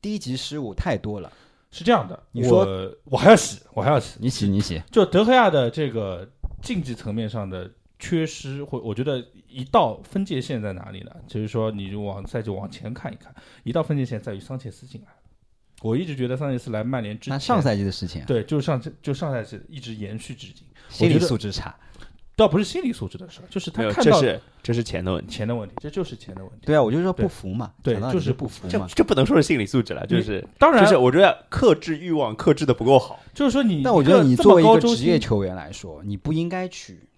Speaker 2: 低级失误太多了。
Speaker 3: 是这样的，
Speaker 2: 你说
Speaker 3: 我我还要洗，我还要洗，
Speaker 2: 你洗你洗，
Speaker 3: 就德赫亚的这个竞技层面上的缺失，或我觉得一道分界线在哪里呢？就是说，你就往赛季往前看一看，一道分界线在于桑切斯进来了。我一直觉得桑切斯来曼联之前，
Speaker 2: 那上赛季的事情啊，
Speaker 3: 对，就上就上赛季一直延续至今，
Speaker 2: 心理
Speaker 3: 我觉得
Speaker 2: 素质差。
Speaker 3: 倒不是心理素质的事儿，就是
Speaker 1: 没
Speaker 3: 他
Speaker 1: 有，
Speaker 3: 看
Speaker 1: 这
Speaker 3: 到
Speaker 1: 是这是钱的问题，
Speaker 3: 钱的问题，这就是钱的问题。
Speaker 2: 对啊，我就说
Speaker 3: 对
Speaker 2: 不服嘛，
Speaker 3: 对
Speaker 2: 讲道理
Speaker 3: 就是是
Speaker 2: 不服
Speaker 1: 这
Speaker 2: 嘛。
Speaker 1: 这不能说是心理素质了，就是
Speaker 3: 当然，
Speaker 1: 就是我觉得克制欲望克制的不够好，
Speaker 3: 就是说你，
Speaker 2: 但我觉得你
Speaker 3: 这
Speaker 2: 作
Speaker 3: 么
Speaker 2: 为一
Speaker 3: 高
Speaker 2: 个
Speaker 3: 周
Speaker 2: 职业
Speaker 3: 薪
Speaker 2: 球员来说，你不应该去。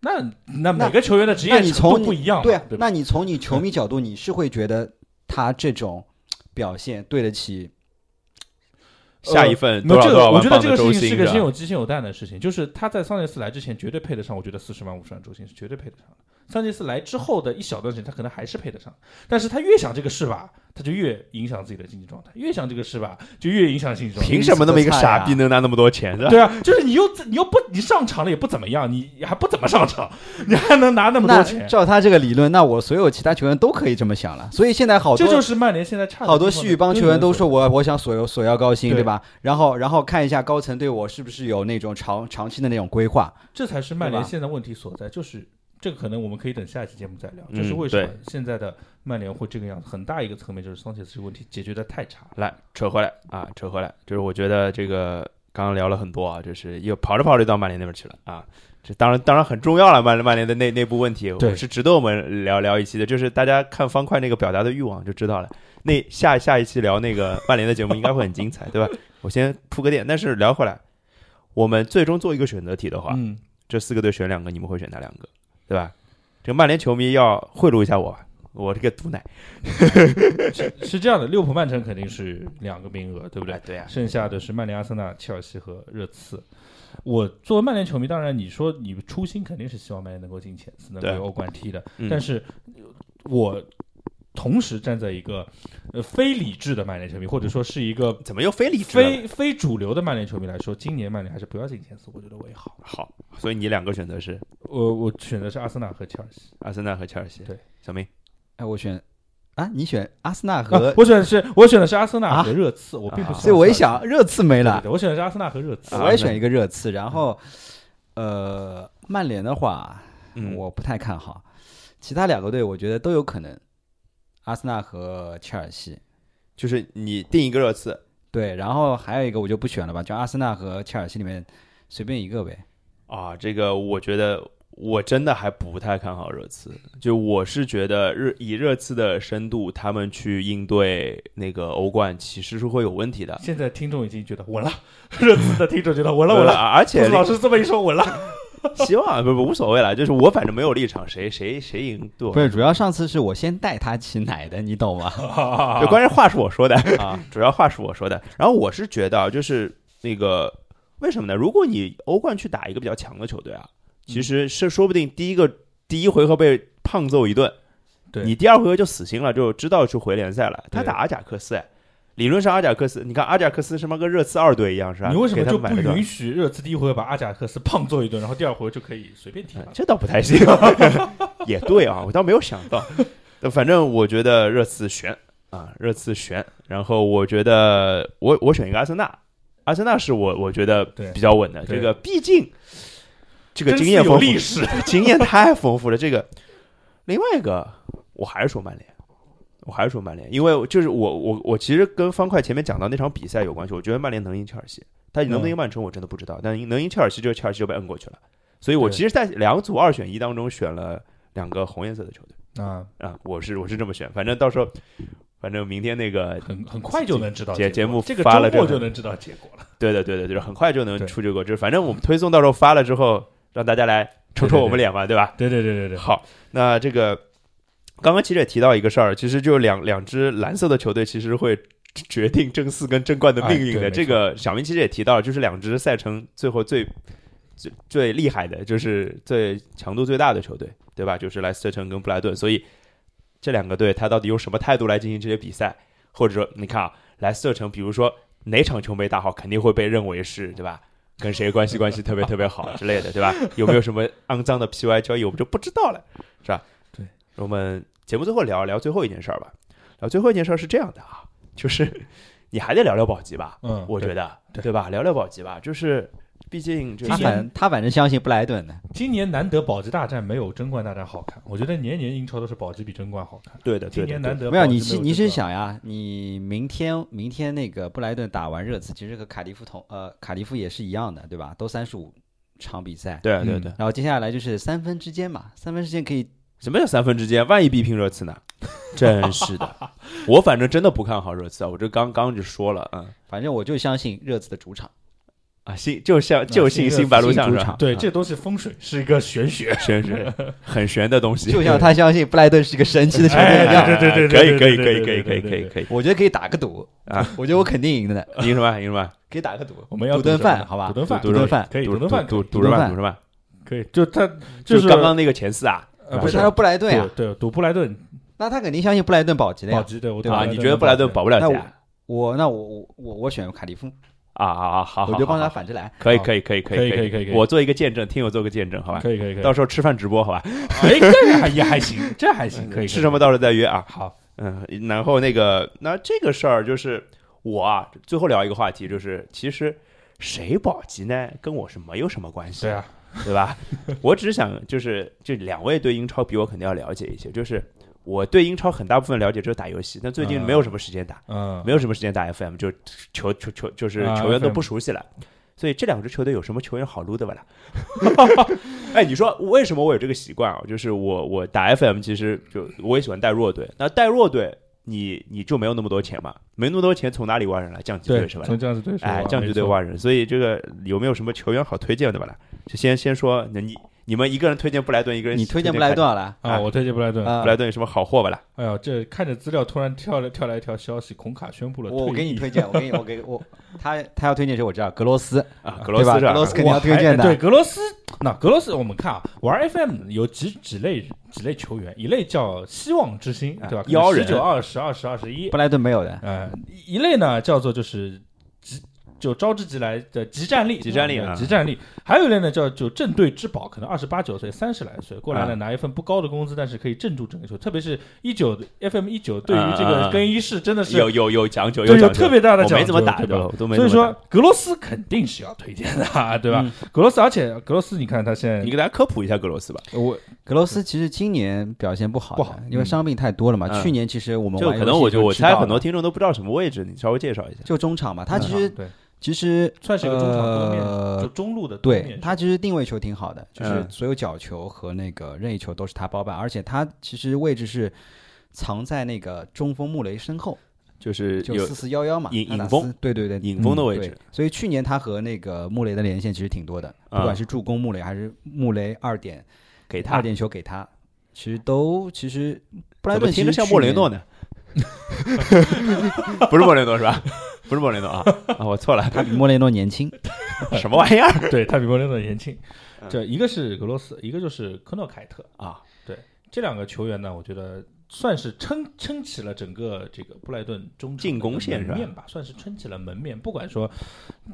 Speaker 3: 那那
Speaker 2: 那
Speaker 3: 每个球员的职
Speaker 2: 那
Speaker 3: 业
Speaker 2: 你
Speaker 3: 程度
Speaker 2: 从你
Speaker 3: 不一样嘛，
Speaker 2: 对啊，
Speaker 3: 对吧？
Speaker 2: 那你从你球迷角度，你是会觉得他这种表现对得起
Speaker 1: 下一份
Speaker 3: 呃没
Speaker 1: 多
Speaker 3: 有
Speaker 1: 少
Speaker 3: 这
Speaker 1: 多
Speaker 3: 个，
Speaker 1: 少
Speaker 3: 我
Speaker 1: 万
Speaker 3: 觉得
Speaker 1: 镑
Speaker 3: 这
Speaker 1: 的
Speaker 3: 个
Speaker 1: 周
Speaker 3: 事
Speaker 1: 薪
Speaker 3: 情是个先
Speaker 1: 吧
Speaker 3: 有鸡先有蛋的事情，就是他在桑切斯来之前绝对配得上，我觉得四十万五十万周薪是绝对配得上的。桑切斯来之后的一小段时间，他可能还是配得上，但是他越想这个是吧，他就越影响自己的经济状态，越想这个是吧，就越影响经济状态。
Speaker 1: 凭什么那么一个傻
Speaker 2: 平时的菜
Speaker 1: 逼
Speaker 2: 啊
Speaker 1: 能拿那么多钱的？
Speaker 3: 对啊，就是你又你又不你上场了也不怎么样，你还不怎么上场，你还能拿那么多钱？
Speaker 2: 照他这个理论，那我所有其他球员都可以这么想了。所以现在好多
Speaker 3: 这就是曼联现在差的地方
Speaker 2: 好多西语帮球员都说我我想索要索要高薪，
Speaker 3: 对
Speaker 2: 对吧？然后然后看一下高层对我是不是有那种长长期的那种规划。
Speaker 3: 这才是曼
Speaker 2: 对
Speaker 3: 联
Speaker 2: 吧
Speaker 3: 现在问题所在，就是这个可能我们可以等下一期节目再聊，
Speaker 1: 嗯
Speaker 3: 这是为什么现在的曼联会这个样子，很大一个层面就是桑切斯这个问题解决的太差了。
Speaker 1: 来扯回来啊，扯回来，就是我觉得这个刚刚聊了很多啊，就是又跑着跑着到曼联那边去了啊。这当然当然很重要了，曼联曼联的内内部问题，
Speaker 3: 对
Speaker 1: 我是值得我们聊聊一期的。就是大家看方块那个表达的欲望就知道了。那下下一期聊那个曼联的节目应该会很精彩，对 吧？我先铺个垫，但是聊回来，我们最终做一个选择题的话，
Speaker 3: 嗯，
Speaker 1: 这四个队选两个，你们会选哪两个，对吧？这个曼联球迷要贿赂一下我吧，我这个毒奶，
Speaker 3: 是这样的，利物浦、曼城肯定是两个名额，对啊不对
Speaker 1: 哎？对呀、
Speaker 3: 剩下的是曼联、阿森纳、切尔西和热刺。我作为曼联球迷，当然你说你初心肯定是希望曼联能够进前四，能够
Speaker 1: 对
Speaker 3: 有欧冠踢的，
Speaker 1: 嗯
Speaker 3: 但是呃我同时站在一个呃非理智的曼联球迷，或者说是一个
Speaker 1: 怎么又非理智了？
Speaker 3: 非非主流的曼联球迷来说，今年曼联还是不要进前四，我觉得为好。
Speaker 1: 好，所以你两个选择是
Speaker 3: 我我选的是阿森纳和切尔西，
Speaker 1: 阿森纳和切尔西。
Speaker 3: 对，
Speaker 1: 小明，
Speaker 2: 哎，我选啊，你选阿森纳
Speaker 3: 啊
Speaker 2: 和，
Speaker 3: 我选的是我选的是阿森纳
Speaker 2: 啊
Speaker 3: 和热刺，我并不喜欢切尔西。
Speaker 2: 所以我一想热刺没
Speaker 3: 对，
Speaker 2: 了
Speaker 3: 对，对我选的是阿森纳和热
Speaker 1: 啊
Speaker 3: 刺。啊
Speaker 2: 我也选一个热刺，然后呃，曼联的话
Speaker 1: 嗯，
Speaker 2: 我不太看好，其他两个队我觉得都有可能，阿森纳和切尔西。
Speaker 1: 就是你定一个热刺
Speaker 2: 对，然后还有一个我就不选了吧，就阿森纳和切尔西里面随便一个呗。
Speaker 1: 啊，这个我觉得我真的还不太看好热刺，就我是觉得热以热刺的深度，他们去应对那个欧冠其实是会有问题的。
Speaker 3: 现在听众已经觉得稳了，热刺的听众觉得稳了稳了。
Speaker 1: 啊而且
Speaker 3: 兔子老师这么一说稳了，
Speaker 1: 希望不不无所谓了，就是我反正没有立场，谁谁谁赢对我
Speaker 2: 不。是，主要上次是我先带他起奶的，你懂吗？
Speaker 3: 啊
Speaker 1: 就关键话是我说的啊， 主要话是我说的。然后我是觉得啊，就是那个为什么呢？如果你欧冠去打一个比较强的球队啊，
Speaker 3: 嗯
Speaker 1: 其实是说不定第一个第一回合被胖揍一顿，
Speaker 3: 对
Speaker 1: 你第二回合就死心了，就知道去回联赛了。他
Speaker 3: 对
Speaker 1: 打阿贾克斯，哎，理论上阿贾克斯，你看阿贾克斯什么跟热刺二队一 样是吧？
Speaker 3: 你为什么
Speaker 1: 给他
Speaker 3: 就
Speaker 1: 们
Speaker 3: 不
Speaker 1: 买了个
Speaker 3: 允许热刺第一回合把阿贾克斯胖揍一顿，然后第二回合就可以随便踢啊
Speaker 1: 嗯
Speaker 3: 了？
Speaker 1: 这倒不太 行，也对啊，我倒没有想到。呃反正我觉得热刺悬啊，热刺悬。然后我觉得我我选一个阿森纳，阿森纳是我我觉得
Speaker 3: 对
Speaker 1: 比较稳的。
Speaker 3: 对
Speaker 1: 这个毕竟这个
Speaker 3: 真
Speaker 1: 经
Speaker 3: 是
Speaker 1: 验
Speaker 3: 有
Speaker 1: 丰富，
Speaker 3: 历史，
Speaker 1: 经验太丰富了。这个另外一个我还是说曼联。我还是说曼联，因为就是我我我其实跟方块前面讲到那场比赛有关系，我觉得曼联能赢切尔西，但
Speaker 3: 嗯
Speaker 1: 能不能赢曼城我真的不知道，但能赢切尔西，这个切尔西就被摁过去了。所以我
Speaker 3: 对
Speaker 1: 其实，在两组二选一当中选了两个红颜色的球队
Speaker 3: 啊，
Speaker 1: 啊，我是我是这么选，反正到时候，反正明天那个，
Speaker 3: 很很快就能知道
Speaker 1: 节节
Speaker 3: 结果
Speaker 1: 目
Speaker 3: 这个
Speaker 1: 发了
Speaker 3: 周末
Speaker 1: 这个
Speaker 3: 就能知道结果了。
Speaker 1: 对的对的对的，很快就能
Speaker 3: 对
Speaker 1: 出结果，就是反正我们推送到时候发了之后，让大家来抽抽我们脸嘛，对吧？
Speaker 3: 对对对对对，
Speaker 1: 好，那这个刚刚其实也提到一个事儿，其实就两两支蓝色的球队其实会决定争四跟争冠的命运
Speaker 3: 哎
Speaker 1: 的。
Speaker 3: 对
Speaker 1: 这个小明其实也提到了，就是两支赛程最后最最最厉害的，就是最强度最大的球队，对吧？就是莱斯特城跟布莱顿，所以这两个队他到底用什么态度来进行这些比赛？或者说，你看啊，莱斯特城，比如说哪场球没打好，肯定会被认为是对吧？跟谁关系关系特别特别好之类的，对吧？有没有什么肮脏的 PY 交易，我们就不知道了，是吧？
Speaker 3: 对，
Speaker 1: 我们节目最后聊聊最后一件事儿吧。聊最后一件事儿是这样的啊， 就是你还得聊聊保级吧，
Speaker 3: 嗯，
Speaker 1: 我
Speaker 3: 对
Speaker 1: 觉得
Speaker 3: 对
Speaker 1: 对吧？聊聊保级吧，就是毕竟这
Speaker 2: 他
Speaker 3: 今年
Speaker 2: 反他反正相信布莱顿的，
Speaker 3: 今年难得保级大战没有争冠大战好看，我觉得年年英超都是保级比争冠好看。
Speaker 1: 对的，
Speaker 3: 今
Speaker 1: 对的
Speaker 3: 年
Speaker 1: 对
Speaker 3: 难
Speaker 1: 的
Speaker 3: 得
Speaker 2: 没
Speaker 3: 保
Speaker 2: 有
Speaker 3: 级
Speaker 2: 你是
Speaker 3: 争
Speaker 2: 你是
Speaker 3: 冠
Speaker 2: 想呀，你明天明天那个布莱顿打完热刺，其实和卡迪夫同呃卡迪夫也是一样的，对吧？都三十五场比赛，
Speaker 1: 对对
Speaker 3: 嗯
Speaker 1: 对，
Speaker 2: 然后接下来就是三分之间嘛，三分之间可以
Speaker 1: 什么叫三分之间？万一逼平热刺呢？真是的， 我反正真的不看好热刺啊，我这刚刚就说了，嗯
Speaker 2: 反正我就相信热刺的主场，
Speaker 1: 啊，信就像就信
Speaker 3: 信
Speaker 1: 新白鹿
Speaker 2: 信
Speaker 1: 巷
Speaker 2: 主
Speaker 1: 是吧
Speaker 2: 场？啊
Speaker 3: 对这东西风水是一个玄 学，
Speaker 1: 玄学，很玄的 东西，
Speaker 2: 就像他相信布莱顿是一个神奇的球队一样。
Speaker 3: 哎对对对
Speaker 1: 可以
Speaker 3: 对
Speaker 1: 可以
Speaker 3: 对
Speaker 1: 可
Speaker 3: 对
Speaker 1: 以可以
Speaker 3: 对对
Speaker 1: 可以
Speaker 3: 对
Speaker 1: 可以
Speaker 3: 对
Speaker 1: 可以，
Speaker 2: 我觉得可以打个赌
Speaker 1: 啊，
Speaker 2: 我觉得我肯定赢的，
Speaker 1: 赢什么赢什么？
Speaker 2: 可以打个赌。
Speaker 3: 我们要
Speaker 2: 赌顿
Speaker 3: 什么
Speaker 2: 饭
Speaker 3: 呢
Speaker 2: 好吧
Speaker 3: 赌顿饭
Speaker 1: 赌
Speaker 2: 顿
Speaker 1: 顿
Speaker 2: 饭
Speaker 3: 可以，
Speaker 1: 赌
Speaker 3: 赌顿饭可
Speaker 1: 赌
Speaker 3: 以，
Speaker 1: 赌
Speaker 2: 赌
Speaker 1: 什
Speaker 2: 顿
Speaker 1: 么
Speaker 2: 饭
Speaker 1: 赌什么？
Speaker 3: 可以，就他
Speaker 1: 就是刚刚那个前四啊
Speaker 3: 呃
Speaker 1: 啊
Speaker 3: 不
Speaker 2: 不
Speaker 3: 是
Speaker 2: 是他说布莱顿呀
Speaker 3: 赌，对赌布莱顿
Speaker 2: 那他肯定相信布莱顿保级的
Speaker 3: 保
Speaker 2: 呀。
Speaker 3: 级，对我
Speaker 2: 对
Speaker 3: 赌
Speaker 1: 啊！
Speaker 2: 吧
Speaker 1: 你觉得布莱顿
Speaker 3: 保
Speaker 1: 保不了
Speaker 2: 那
Speaker 1: 级
Speaker 2: 我
Speaker 1: 啊？
Speaker 2: 我那我我我我选卡迪夫，
Speaker 1: 啊啊啊！好，好
Speaker 2: 我就帮他
Speaker 1: 好好
Speaker 2: 反着来。
Speaker 1: 可以可以可以可以
Speaker 3: 可以可以可以可以
Speaker 1: 我做一个见证，听友做个见证，好吧
Speaker 3: 级？可以可以可以
Speaker 1: 啊到，时候吃饭直播，好吧？
Speaker 3: 哎，这还也还行，这还行，可以
Speaker 1: 嗯吃什？么到时候再约啊。
Speaker 3: 好，
Speaker 1: 嗯，然后那个，那这个事儿就是我啊，最后聊一个话题，就是其实谁保级呢，跟我是没有什么关系，
Speaker 3: 对啊，
Speaker 1: 对吧？ 我只是想，就是这两位对英超比我肯定要了解一些，就是我对英超很大部分了解只有打游戏，但最近
Speaker 3: 嗯
Speaker 1: 没有什么时间打，
Speaker 3: 嗯
Speaker 1: 没，有什么时间打 FM，就球球球就是
Speaker 3: 啊
Speaker 1: 球员都
Speaker 3: FM
Speaker 1: 不熟悉了。所以这两支球队有什么球员好撸的吧 啦？哎，你说为什么我有这个习惯啊？就是我我打 FM，其实就我也喜欢带弱队。那带弱队，你你就没有那么多钱嘛？没那么多钱，从哪里挖人来？降级队
Speaker 3: 对，
Speaker 1: 是吧？
Speaker 3: 从这样子对手
Speaker 1: 哎，
Speaker 3: 啊
Speaker 1: 降级队，挖人。所以这个有没有什么球员好推荐的吧啦？就先先说，那你你们一个人推荐布莱顿，一个人
Speaker 2: 你推荐布
Speaker 1: 凯
Speaker 2: 莱顿好了
Speaker 3: 没错啊，我推荐布莱顿。
Speaker 2: 啊
Speaker 1: 布莱顿有什么好货吧啦？
Speaker 3: 哎呦，这看着资料突然跳了跳来一条消息，孔卡宣布了退役，
Speaker 2: 我给你推荐，我给你，我给我他他要推荐谁我知道，格罗斯，
Speaker 1: 啊，格罗
Speaker 2: 对
Speaker 1: 斯
Speaker 2: 吧？
Speaker 1: 是吧
Speaker 2: 格罗斯肯定要
Speaker 3: 我
Speaker 2: 推
Speaker 3: 还
Speaker 2: 荐的。
Speaker 3: 对，格罗斯，那格罗斯，我们看啊，玩 FM 有几几类几类球员，一类叫希望之星，对吧？
Speaker 1: 啊妖人
Speaker 3: 九二十二十二十一
Speaker 2: 布，莱顿没有的，
Speaker 3: 呃，一一类呢叫做就是集就招之即来的集战力，
Speaker 1: 集战力
Speaker 3: 嗯
Speaker 1: 啊
Speaker 3: 集战力。还有一类呢叫就正对之宝，可能二十八九岁、三十来岁过来
Speaker 1: 啊
Speaker 3: 了，拿一份不高的工资，但是可以镇住整个球，特别是一九 FM 一九对
Speaker 1: 啊
Speaker 3: 于
Speaker 1: 啊
Speaker 3: 这
Speaker 1: 啊
Speaker 3: 个更衣室真的是
Speaker 1: 有有有讲究，
Speaker 3: 对
Speaker 1: 讲究，
Speaker 3: 特别大的
Speaker 1: 我
Speaker 3: 讲
Speaker 1: 没
Speaker 3: 究，
Speaker 1: 怎么打
Speaker 3: 对吧
Speaker 1: 的，？我都没
Speaker 3: 所以
Speaker 1: 怎么打
Speaker 3: 说，格罗斯肯定是要推荐的、啊，对吧？格罗斯，而且格罗斯，你看他现在，
Speaker 1: 你给大家科普嗯一下格罗斯吧。
Speaker 3: 我
Speaker 2: 格罗斯其实今年表现不好的，
Speaker 3: 不好
Speaker 2: 因为伤病太多了嘛。
Speaker 1: 嗯
Speaker 2: 去年其实我们
Speaker 1: 这个
Speaker 2: 玩
Speaker 1: 可
Speaker 2: 游
Speaker 1: 能
Speaker 2: 戏
Speaker 1: 我就我
Speaker 2: 知道
Speaker 1: 猜很多
Speaker 2: 了
Speaker 1: 听众都不知道什么位置，你稍微介绍一下。
Speaker 2: 就中场嘛，他其
Speaker 3: 嗯
Speaker 2: 实
Speaker 3: 对
Speaker 2: 其实
Speaker 3: 算是一个中场多面，就
Speaker 2: 呃，
Speaker 3: 中路的多
Speaker 2: 对
Speaker 3: 面
Speaker 2: 他其实定位球挺好的，就是
Speaker 1: 嗯
Speaker 2: 所有角球和那个任意球都是他包办，而且他其实位置是藏在那个中锋穆雷身后，
Speaker 1: 就是
Speaker 2: 就
Speaker 1: 有
Speaker 2: 四四幺幺嘛，
Speaker 1: 引
Speaker 2: 阿达
Speaker 1: 引锋
Speaker 2: 斯，对对对，嗯
Speaker 1: 引锋的位
Speaker 2: 对
Speaker 1: 置，
Speaker 2: 所以去年他和那个穆雷的连线其实挺多的，不
Speaker 1: 啊
Speaker 2: 管是助攻穆雷还是穆雷二点
Speaker 1: 给他
Speaker 2: 二，点球给他，其实都其实布莱
Speaker 1: 怎么
Speaker 2: 顿
Speaker 1: 听
Speaker 2: 其
Speaker 1: 着
Speaker 2: 实
Speaker 1: 像
Speaker 2: 去
Speaker 1: 莫雷
Speaker 2: 年
Speaker 1: 诺呢？不是莫雷诺是吧？不是莫雷诺啊啊，我错了，
Speaker 2: 他比莫雷诺年轻，
Speaker 1: 什么玩意儿？
Speaker 3: 对，他比莫雷诺年轻。就一个是格罗斯，一个就是科诺凯特
Speaker 1: 嗯啊。
Speaker 3: 对，这两个球员呢，我觉得算是撑撑起了整个这个布莱顿中场
Speaker 1: 进攻线是
Speaker 3: 的
Speaker 1: 吧
Speaker 3: 门面吧，算是撑起了门面。不管说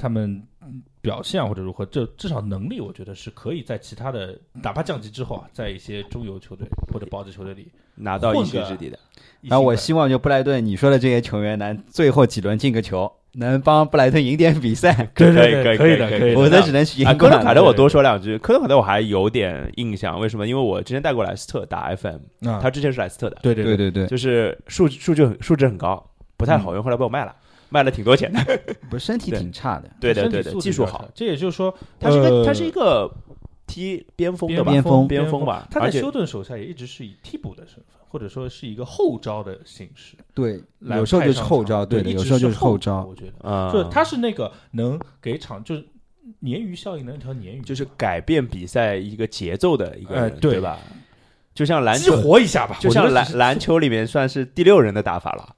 Speaker 3: 他们嗯表现啊或者如何，这至少能力，我觉得是可以在其他的哪怕降级之后啊，在一些中游球队或者保级球队里
Speaker 1: 拿到一
Speaker 3: 混
Speaker 1: 席
Speaker 3: 个
Speaker 1: 之地的，
Speaker 3: 一
Speaker 2: 然后
Speaker 3: 星
Speaker 2: 我
Speaker 3: 的
Speaker 2: 希望就布莱顿你说的这些球员能最后几轮进个球，能帮布莱顿赢点比赛，
Speaker 3: 对对
Speaker 1: 可以
Speaker 3: 对
Speaker 1: 可以
Speaker 3: 可以的
Speaker 1: 可以
Speaker 3: 可以
Speaker 1: 的
Speaker 2: 否
Speaker 3: 的。
Speaker 2: 则只能去
Speaker 1: 啊，
Speaker 2: 赢
Speaker 1: 科
Speaker 2: 冠
Speaker 1: 特
Speaker 2: 了。
Speaker 1: 凯勒我
Speaker 3: 对
Speaker 1: 多说两句，科特凯勒我还有点印象，为什么？因为我之前带过莱斯特打 FM，
Speaker 3: 啊，
Speaker 1: 他之前是莱斯特的，
Speaker 3: 对对嗯
Speaker 2: 对对对，
Speaker 1: 就是数数据很数值很高，不太好用，后来被我卖了，卖了挺多 钱的。
Speaker 2: 不是身体
Speaker 1: 对
Speaker 2: 挺差的，
Speaker 1: 对的
Speaker 3: 身
Speaker 1: 对
Speaker 3: 体
Speaker 1: 的，
Speaker 3: 素质
Speaker 1: 技术
Speaker 3: 比较
Speaker 1: 好
Speaker 3: 差，。这也就是说，
Speaker 1: 他是一个
Speaker 3: 呃
Speaker 1: 他是一个踢边锋的吧？
Speaker 2: 边锋
Speaker 1: 边锋吧
Speaker 3: 他
Speaker 1: 而
Speaker 3: 在
Speaker 1: 且
Speaker 3: 休顿手下也一直是以替补的身份，或者说是一个后招的形式。
Speaker 2: 对，
Speaker 3: 来
Speaker 2: 有时候
Speaker 3: 派
Speaker 2: 就是
Speaker 3: 上
Speaker 2: 后
Speaker 3: 场
Speaker 2: 招，
Speaker 3: 对
Speaker 2: 对的，
Speaker 3: 一
Speaker 2: 有
Speaker 3: 直
Speaker 2: 时候就是是后
Speaker 3: 招。
Speaker 2: 招，
Speaker 3: 我觉得，
Speaker 1: 啊，
Speaker 3: 就是他是那个能给场就是鲶鱼效应的那条鲶鱼，
Speaker 1: 就是改变比赛一个节奏的一个
Speaker 3: 哎
Speaker 1: 人，
Speaker 3: 对
Speaker 1: 呃吧？就像篮
Speaker 3: 激
Speaker 1: 球，
Speaker 3: 活一下吧，
Speaker 1: 就
Speaker 3: 我觉
Speaker 1: 像
Speaker 3: 得
Speaker 1: 篮
Speaker 3: 是
Speaker 1: 篮球里面算是第六人的打法了，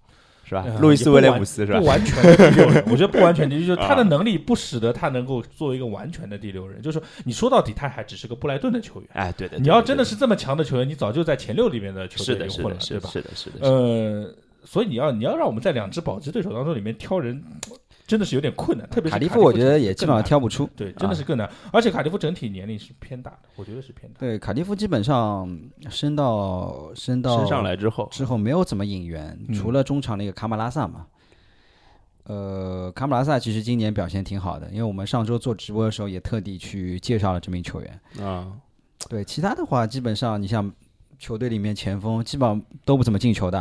Speaker 1: 是吧？
Speaker 3: 呃
Speaker 1: 路易斯
Speaker 3: 也不
Speaker 1: 威廉
Speaker 3: 完
Speaker 1: 姆斯是吧
Speaker 3: 不？完全的第六人，我 觉得不完全的，就是他的
Speaker 1: 啊
Speaker 3: 能力不使得他能够作为一个完全的第六人，就是说你说到底他还只是个布莱顿的球员。
Speaker 1: 哎，对的。
Speaker 3: 你
Speaker 1: 对
Speaker 3: 要
Speaker 1: 对
Speaker 3: 真的
Speaker 1: 对
Speaker 3: 是这么强的球员，你早就在前六里面的球
Speaker 1: 是
Speaker 3: 队
Speaker 1: 的，
Speaker 3: 里
Speaker 1: 是
Speaker 3: 混了，
Speaker 1: 的，
Speaker 3: 对
Speaker 1: 是
Speaker 3: 吧
Speaker 1: 的，？是的，是的。
Speaker 3: 呃，所以你要你要让我们在两支保级对手当中里面挑人，真的是有点困难。特别是
Speaker 2: 卡
Speaker 3: 利
Speaker 2: 利夫我觉得也基
Speaker 3: 更
Speaker 2: 本上
Speaker 3: 难
Speaker 2: 挑不出。
Speaker 3: 对，真的是更
Speaker 1: 啊
Speaker 3: 难。而且卡利夫整体年龄是偏大的，我觉得是偏大的。
Speaker 2: 对，卡利夫基本上升到升
Speaker 3: 呃
Speaker 2: 到
Speaker 1: 升上来之后，
Speaker 2: 之后没有怎么引援，
Speaker 3: 嗯
Speaker 2: 除了中场那个卡马拉萨嘛。呃，卡马拉萨其实今年表现挺好的，因为我们上周做直播的时候也特地去介绍了这名球员。
Speaker 1: 啊，
Speaker 2: 对，其他的话基本上你像球队里面前锋基本上都不怎么进 球的，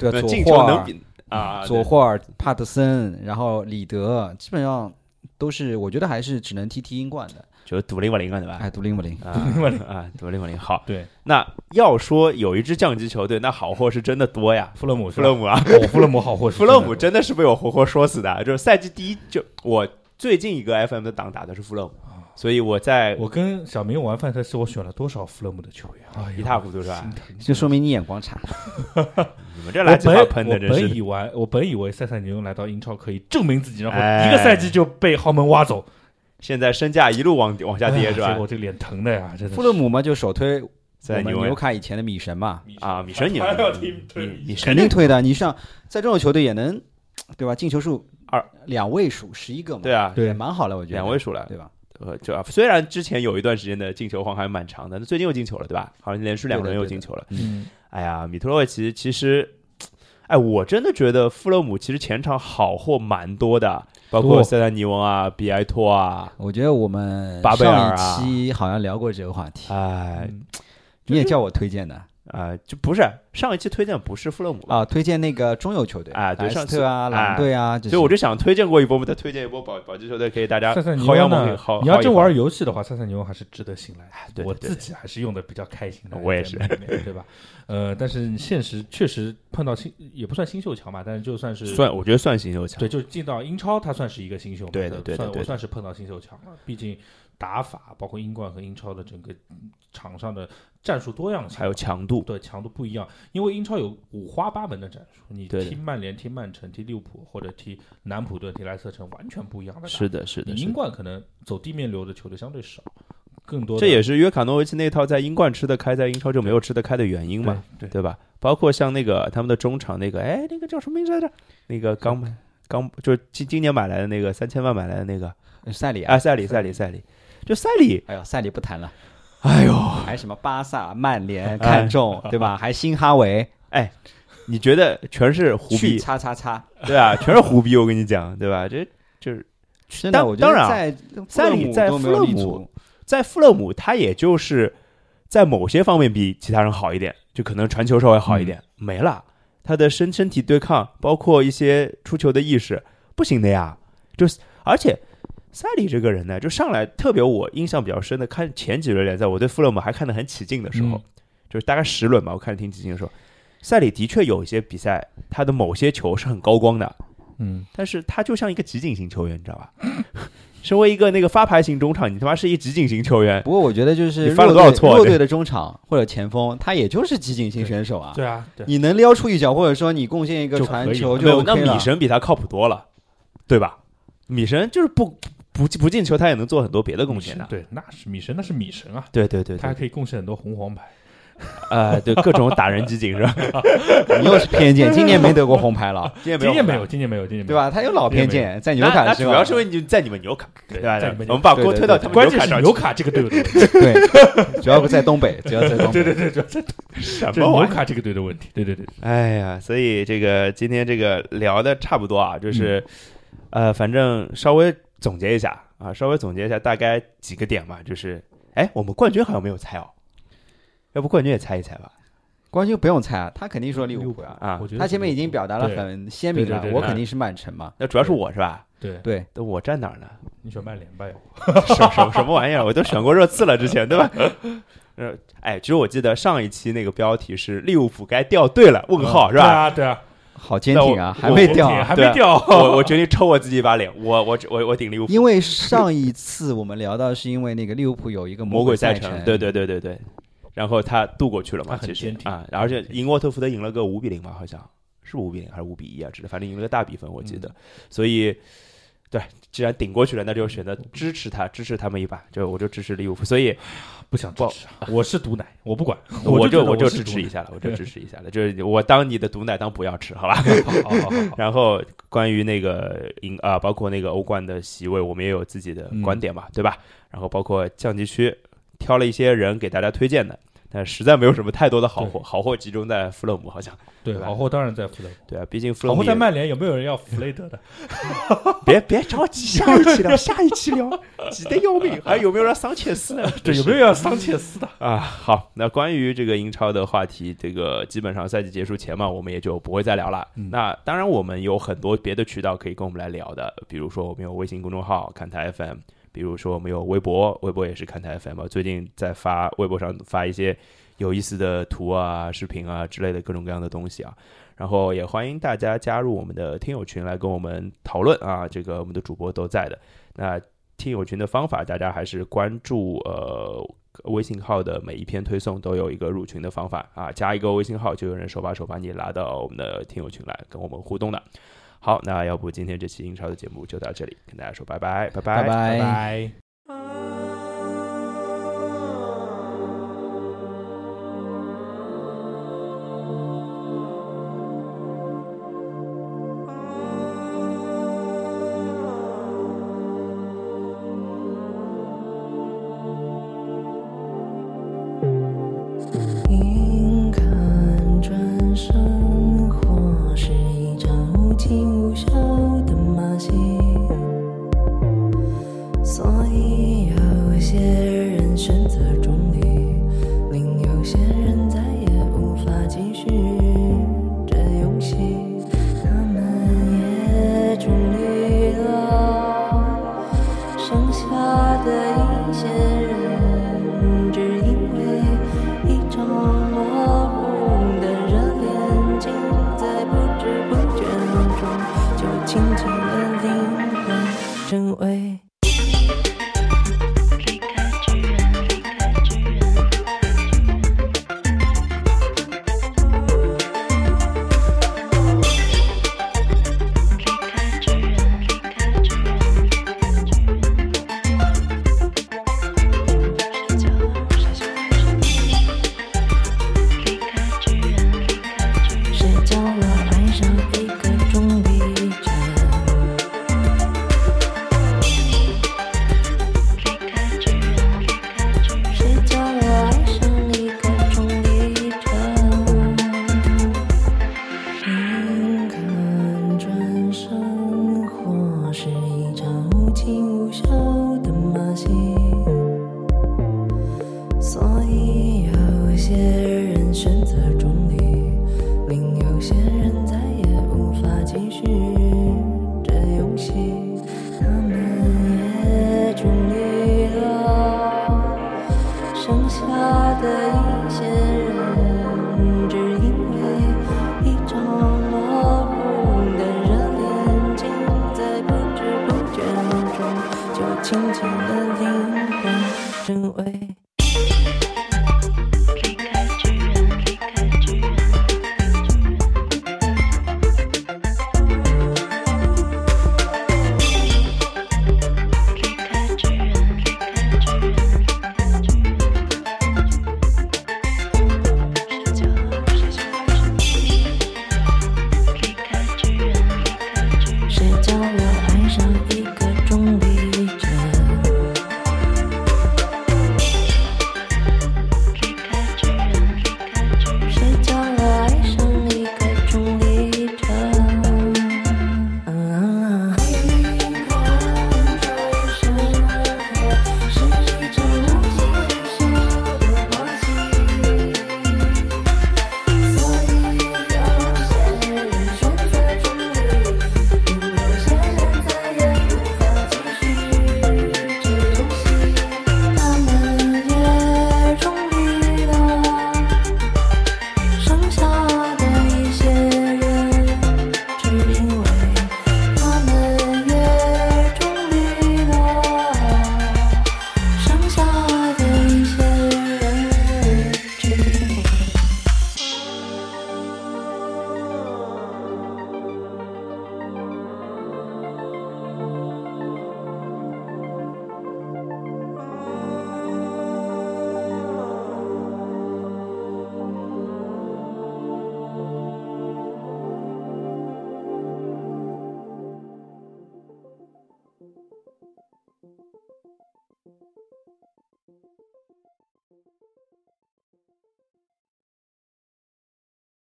Speaker 3: 呃
Speaker 2: 对
Speaker 1: 那
Speaker 2: 吧？
Speaker 1: 进
Speaker 2: 左
Speaker 1: 球
Speaker 2: 霍
Speaker 1: 能
Speaker 2: 尔、
Speaker 1: 比啊
Speaker 2: 左
Speaker 1: 对
Speaker 2: 霍尔、帕特森，然后里德，基本上都是我觉得还是只能踢踢英冠的。
Speaker 1: 就赌零吧零啊，对吧？
Speaker 2: 哎，独灵不灵？
Speaker 1: 啊
Speaker 3: 零吧零
Speaker 1: 啊，赌零吧零好。
Speaker 3: 对，
Speaker 1: 那要说有一支降级球队，那好货是真的多呀，
Speaker 3: 弗勒姆，
Speaker 1: 弗勒，姆 啊，
Speaker 3: 哦，弗勒姆好 货，
Speaker 1: 弗勒姆真的是被我活活说死的，啊就是赛季第一就我最近一个 FM 的档打的是弗勒姆，
Speaker 3: 哦
Speaker 1: 所以我在
Speaker 3: 我跟小明玩范特西，我选了多少弗勒姆的球员啊？
Speaker 1: 一塌糊涂是吧
Speaker 3: 心？疼。
Speaker 2: 就说明你眼光 差。
Speaker 1: 你们这
Speaker 3: 我
Speaker 1: 垃圾话
Speaker 3: 本
Speaker 1: 喷
Speaker 3: 我
Speaker 1: 的真
Speaker 3: 本
Speaker 1: 是
Speaker 3: 以为我本以为塞塞尼翁来到英超可以证明自己，然后
Speaker 1: 哎
Speaker 3: 一个赛季就被豪门挖走，
Speaker 1: 现在身价一路往往下跌是
Speaker 3: 哎呀
Speaker 1: 吧
Speaker 3: 结？果这脸疼的呀，真的是。
Speaker 2: 富勒姆嘛，就首推我
Speaker 1: 在
Speaker 2: 们
Speaker 1: 纽
Speaker 2: 纽卡以前的米神嘛，
Speaker 1: 啊，米 神你
Speaker 3: 还要听推
Speaker 1: 你你
Speaker 2: 肯定推的。你像在这种球队也能，对吧？进球数
Speaker 1: 二
Speaker 2: 两位数，十一个嘛，
Speaker 1: 对啊，
Speaker 3: 对
Speaker 2: 也蛮好了，我觉得
Speaker 1: 两位数了，
Speaker 2: 对吧？
Speaker 1: 呃，就啊，虽然之前有一段时间的进球荒还蛮长的，但最近又进球了，对吧？好像连续两
Speaker 2: 对的
Speaker 1: 轮又
Speaker 2: 对的
Speaker 1: 进球了。
Speaker 3: 嗯，
Speaker 1: 哎呀，米特洛维奇其实，哎，我真的觉得富勒姆其实前场好货蛮多的，包括
Speaker 3: 多
Speaker 1: 塞丹尼翁啊、比埃托啊，
Speaker 2: 我觉得我们
Speaker 1: 巴贝尔
Speaker 2: 上
Speaker 1: 啊
Speaker 2: 一期好像聊过这个话题，
Speaker 1: 哎
Speaker 3: 嗯
Speaker 2: 你也叫我推荐的
Speaker 1: 啊，就不是上一期推荐不是富勒姆吧？
Speaker 2: 啊，推荐那个中游球队
Speaker 1: 啊对
Speaker 2: 莱斯
Speaker 1: 上次
Speaker 2: 特啊、
Speaker 1: 哎
Speaker 2: 狼队啊，这
Speaker 1: 所以我
Speaker 2: 些
Speaker 1: 就想推荐过一波，我们再推荐一波保保级球队，可以大家
Speaker 3: 塞塞尼
Speaker 1: 啊薅羊
Speaker 3: 翁
Speaker 1: 毛
Speaker 3: 呢
Speaker 1: 可以薅。
Speaker 3: 你要真
Speaker 1: 这
Speaker 3: 玩游戏的话，塞塞尼翁还是值得信赖的。
Speaker 1: 对
Speaker 3: 我
Speaker 1: 对
Speaker 3: 自己还是用的比较开心的，
Speaker 1: 我也是
Speaker 3: 在里面，对吧？呃，但是现实确实碰到新，也不算新秀强吧，但是就算是
Speaker 1: 算，我觉得算新秀强。
Speaker 3: 对，就进到英超，他算是一个新秀嘛，
Speaker 1: 对的对的
Speaker 3: 算
Speaker 1: 对的
Speaker 3: 我算是碰到新秀强了。毕竟打法，包括英冠和英超的整个嗯场上的战术多样性，
Speaker 1: 还有强度，
Speaker 3: 对强度不一样，因为英超有五花八门的战术，你
Speaker 1: 对的
Speaker 3: 踢曼联、踢曼城、踢利物浦或者踢南普顿、踢莱斯特城，完全不一样的打法。
Speaker 1: 是的，是的，
Speaker 3: 你
Speaker 1: 是
Speaker 3: 英
Speaker 1: 的。
Speaker 3: 冠可能走地面流的球队相对少，更多的
Speaker 1: 这也是约卡诺维奇那套在英冠吃得开，在英超就没有吃得开的原因嘛，
Speaker 3: 对，对
Speaker 1: 对吧？包括像那个他们的中场那个，哎，那个叫什么名字来着？那
Speaker 3: 嗯
Speaker 1: 个刚
Speaker 2: 嗯
Speaker 1: 买刚就是今今年买来的那个三千万买来的那个，
Speaker 2: 塞里啊
Speaker 1: 啊，，塞里，塞里，塞里，就塞里，
Speaker 2: 哎呦，塞里不谈了，
Speaker 1: 哎呦，
Speaker 2: 还什么巴萨、曼
Speaker 1: 啊
Speaker 2: 联看中，对吧？还新哈维
Speaker 1: 你觉得全是胡
Speaker 2: 去
Speaker 1: 逼，
Speaker 2: 叉叉叉，
Speaker 1: 对吧？全是胡逼，我跟你讲，对吧？这就是
Speaker 2: 真的，
Speaker 1: 当
Speaker 2: 我觉得
Speaker 1: 当然啊
Speaker 2: 在
Speaker 1: 塞里在
Speaker 2: 富
Speaker 1: 富勒
Speaker 2: 勒姆都没有立
Speaker 1: 姆
Speaker 2: 足，
Speaker 1: 在富勒姆，他也就是在某些方面比其他人好一点，就可能传球稍微好一点，没了。他的身身体对抗，包括一些出球的意识，不行的呀。就是而且塞里这个人呢，就上来特别我印象比较深的，看前几轮联赛，我对富勒姆还看得很起劲的时候，
Speaker 3: 嗯
Speaker 1: 就是大概十轮吧，我看得挺起劲的时候，赛里的确有一些比赛，他的某些球是很高光的，
Speaker 4: 嗯，
Speaker 1: 但是他就像一个集锦型球员，你知道吧？ 身为一个那个发牌型中场，你他妈是一集锦型球员，
Speaker 2: 不过我觉得就是
Speaker 1: 你犯了
Speaker 2: 弱
Speaker 1: 多少
Speaker 2: 队
Speaker 1: 错啊
Speaker 2: 弱
Speaker 1: 这
Speaker 2: 队的中场或者前锋，他也就是集锦型选手啊。
Speaker 3: 对啊，对，
Speaker 2: 你能撩出一脚，或者说你贡献一个
Speaker 3: 就可
Speaker 2: 传
Speaker 3: 以
Speaker 2: 球
Speaker 1: 没有，
Speaker 2: 就
Speaker 1: 那
Speaker 2: OK
Speaker 1: 米
Speaker 2: 了。
Speaker 1: 神比他靠谱多了，对吧？米神就是不不不进球，他也能做很多别的贡献的。
Speaker 4: 对，那是米神，那是米神啊，
Speaker 1: 对对对
Speaker 4: 他还
Speaker 1: 对，
Speaker 4: 可以贡献很多红黄牌。
Speaker 1: 呃，对各种打人集锦是 吧？
Speaker 2: 你又是偏见，今年没得过红牌了，
Speaker 1: 今天
Speaker 4: 今年没
Speaker 1: 红
Speaker 4: 有，今年没有，今年没
Speaker 2: 对
Speaker 4: 有？
Speaker 2: 吧？他有老偏
Speaker 4: 今年
Speaker 2: 见，在
Speaker 1: 牌，
Speaker 2: 纽
Speaker 1: 那
Speaker 2: 卡
Speaker 1: 那
Speaker 2: 是
Speaker 1: 主
Speaker 2: 吧？
Speaker 1: 要是因为你在你们纽卡，
Speaker 4: 对
Speaker 1: 吧？
Speaker 4: 在你们
Speaker 1: 我
Speaker 4: 纽
Speaker 1: 们把
Speaker 2: 对
Speaker 1: 锅
Speaker 2: 对
Speaker 1: 推到
Speaker 2: 对
Speaker 1: 他们
Speaker 4: 关
Speaker 1: 纽
Speaker 4: 键
Speaker 1: 卡
Speaker 4: 是
Speaker 1: 上
Speaker 4: 纽
Speaker 1: 去，
Speaker 4: 卡这个队的问题，
Speaker 2: 对，主要在东北，主要在东北。
Speaker 4: 对对，主要是
Speaker 1: 什
Speaker 4: 这是
Speaker 1: 么
Speaker 4: 纽
Speaker 1: 玩意儿？
Speaker 4: 卡这个队的问题。对对对，
Speaker 1: 哎呀，所以这个今天这个聊的差不多啊，就是、呃，反正稍微总结一下啊，稍微总结一下大概几个点嘛，就是哎，我们冠军好像没有猜哦，要不冠军也猜一猜吧？
Speaker 2: 冠军不用猜啊，他肯定说利物浦啊，
Speaker 1: 啊
Speaker 4: 我，觉得
Speaker 2: 他前面已经表达了
Speaker 4: 对
Speaker 2: 很鲜明
Speaker 4: 对
Speaker 2: 了
Speaker 4: 对，对
Speaker 2: 我
Speaker 4: 对
Speaker 2: 肯定是曼城嘛。
Speaker 1: 那主要是我是吧？
Speaker 4: 对，
Speaker 2: 对，
Speaker 1: 那我站哪儿呢？
Speaker 4: 你选曼联吧，要不
Speaker 1: 什什什么玩意儿？我都选过热刺了，之前对吧？ 呃，哎，其实我记得上一期那个标题是利物浦该掉队了？问号是
Speaker 4: 对
Speaker 1: 吧？
Speaker 4: 啊，对啊，
Speaker 2: 好坚
Speaker 1: 那
Speaker 2: 挺
Speaker 1: 我
Speaker 2: 啊，还没
Speaker 4: 我
Speaker 2: 掉
Speaker 4: 我
Speaker 2: 啊
Speaker 4: 也。还
Speaker 1: 对
Speaker 4: 没
Speaker 1: 啊
Speaker 4: 掉。
Speaker 1: 我我决定抽我自己一把脸，我我我我顶利物浦
Speaker 2: 因为上一次我们聊到，是因为那个利物浦有一个
Speaker 1: 魔
Speaker 2: 鬼
Speaker 1: 鬼
Speaker 2: 赛
Speaker 1: 赛程，对对对对对。然后他渡过去了嘛，
Speaker 4: 他很
Speaker 1: 其实
Speaker 4: 坚挺
Speaker 1: 啊，而且赢沃特福德赢了个五比零吧，好像是五比零还是五比一啊，只是反正赢了个大比分，我记
Speaker 4: 嗯
Speaker 1: 得。所以，对，既然顶过去了，那就选择支持他，支持他们一把，就我就支持利物浦。所以，
Speaker 4: 不想支持啊， 我是毒奶，我不管， 就
Speaker 1: 我就
Speaker 4: 觉得
Speaker 1: 我就
Speaker 4: 是
Speaker 1: 支
Speaker 4: 毒
Speaker 1: 持
Speaker 4: 奶
Speaker 1: 一下了，我 就支持一下了，就是我当你的毒奶当补药吃，好吧？
Speaker 4: 好好好好好，
Speaker 1: 然后关于那个赢啊、包括那个欧冠的席位，我们也有自己的
Speaker 4: 嗯
Speaker 1: 观点嘛，对吧？然后包括降级区，挑了一些人给大家推荐的，但实在没有什么太多的好货， 好货集中在弗勒姆，好像
Speaker 4: 对，好货当然在弗雷，
Speaker 1: 对啊，毕竟弗勒
Speaker 4: 好
Speaker 1: 姆
Speaker 4: 货
Speaker 1: 也
Speaker 4: 在曼联有没有人要弗雷德的？
Speaker 1: 别别 着急，下一期聊，下一期聊，急得要命，还有没有让桑切斯呢？
Speaker 4: 对，有没有要桑切斯的？
Speaker 1: 啊，好，那关于这个英超的话题，这个基本上赛季结束前嘛，我们也就不会再聊了。
Speaker 4: 嗯
Speaker 1: 那当然，我们有很多别的渠道可以跟我们来聊的，比如说我们有微信公众号“看台 FM”，比如说我们有微博，微博也是看台 FM 嘛。最近在发微博上发一些有意思的图啊、视频啊之类的各种各样的东西啊。然后也欢迎大家加入我们的听友群来跟我们讨论啊，这个我们的主播都在的。那听友群的方法，大家还是关注呃微信号的每一篇推送都有一个入群的方法啊，加一个微信号就有人手把手把你拉到我们的听友群来跟我们互动的。好，那要不今天这期英超的节目就到这里，跟大家说拜拜，拜拜，
Speaker 2: 拜拜
Speaker 4: 拜。
Speaker 5: 云看转身，或是一张无情无效的马戏。所以有些人选择中立，另有些人再也无法继续这游戏。他们也中立了，剩下的一些人，只因为一张模糊的热恋，竟在不知不觉中就轻轻的灵魂成为。
Speaker 6: 离开巨人，离开巨人，离开巨人。离开巨人，离开巨人，离开巨人。谁叫谁叫离开巨人，离开巨人。
Speaker 5: 谁叫我爱上一个中立者？谁叫我爱上一个中立者？平看转身，或是一场无情无效的马戏。所以有些人选择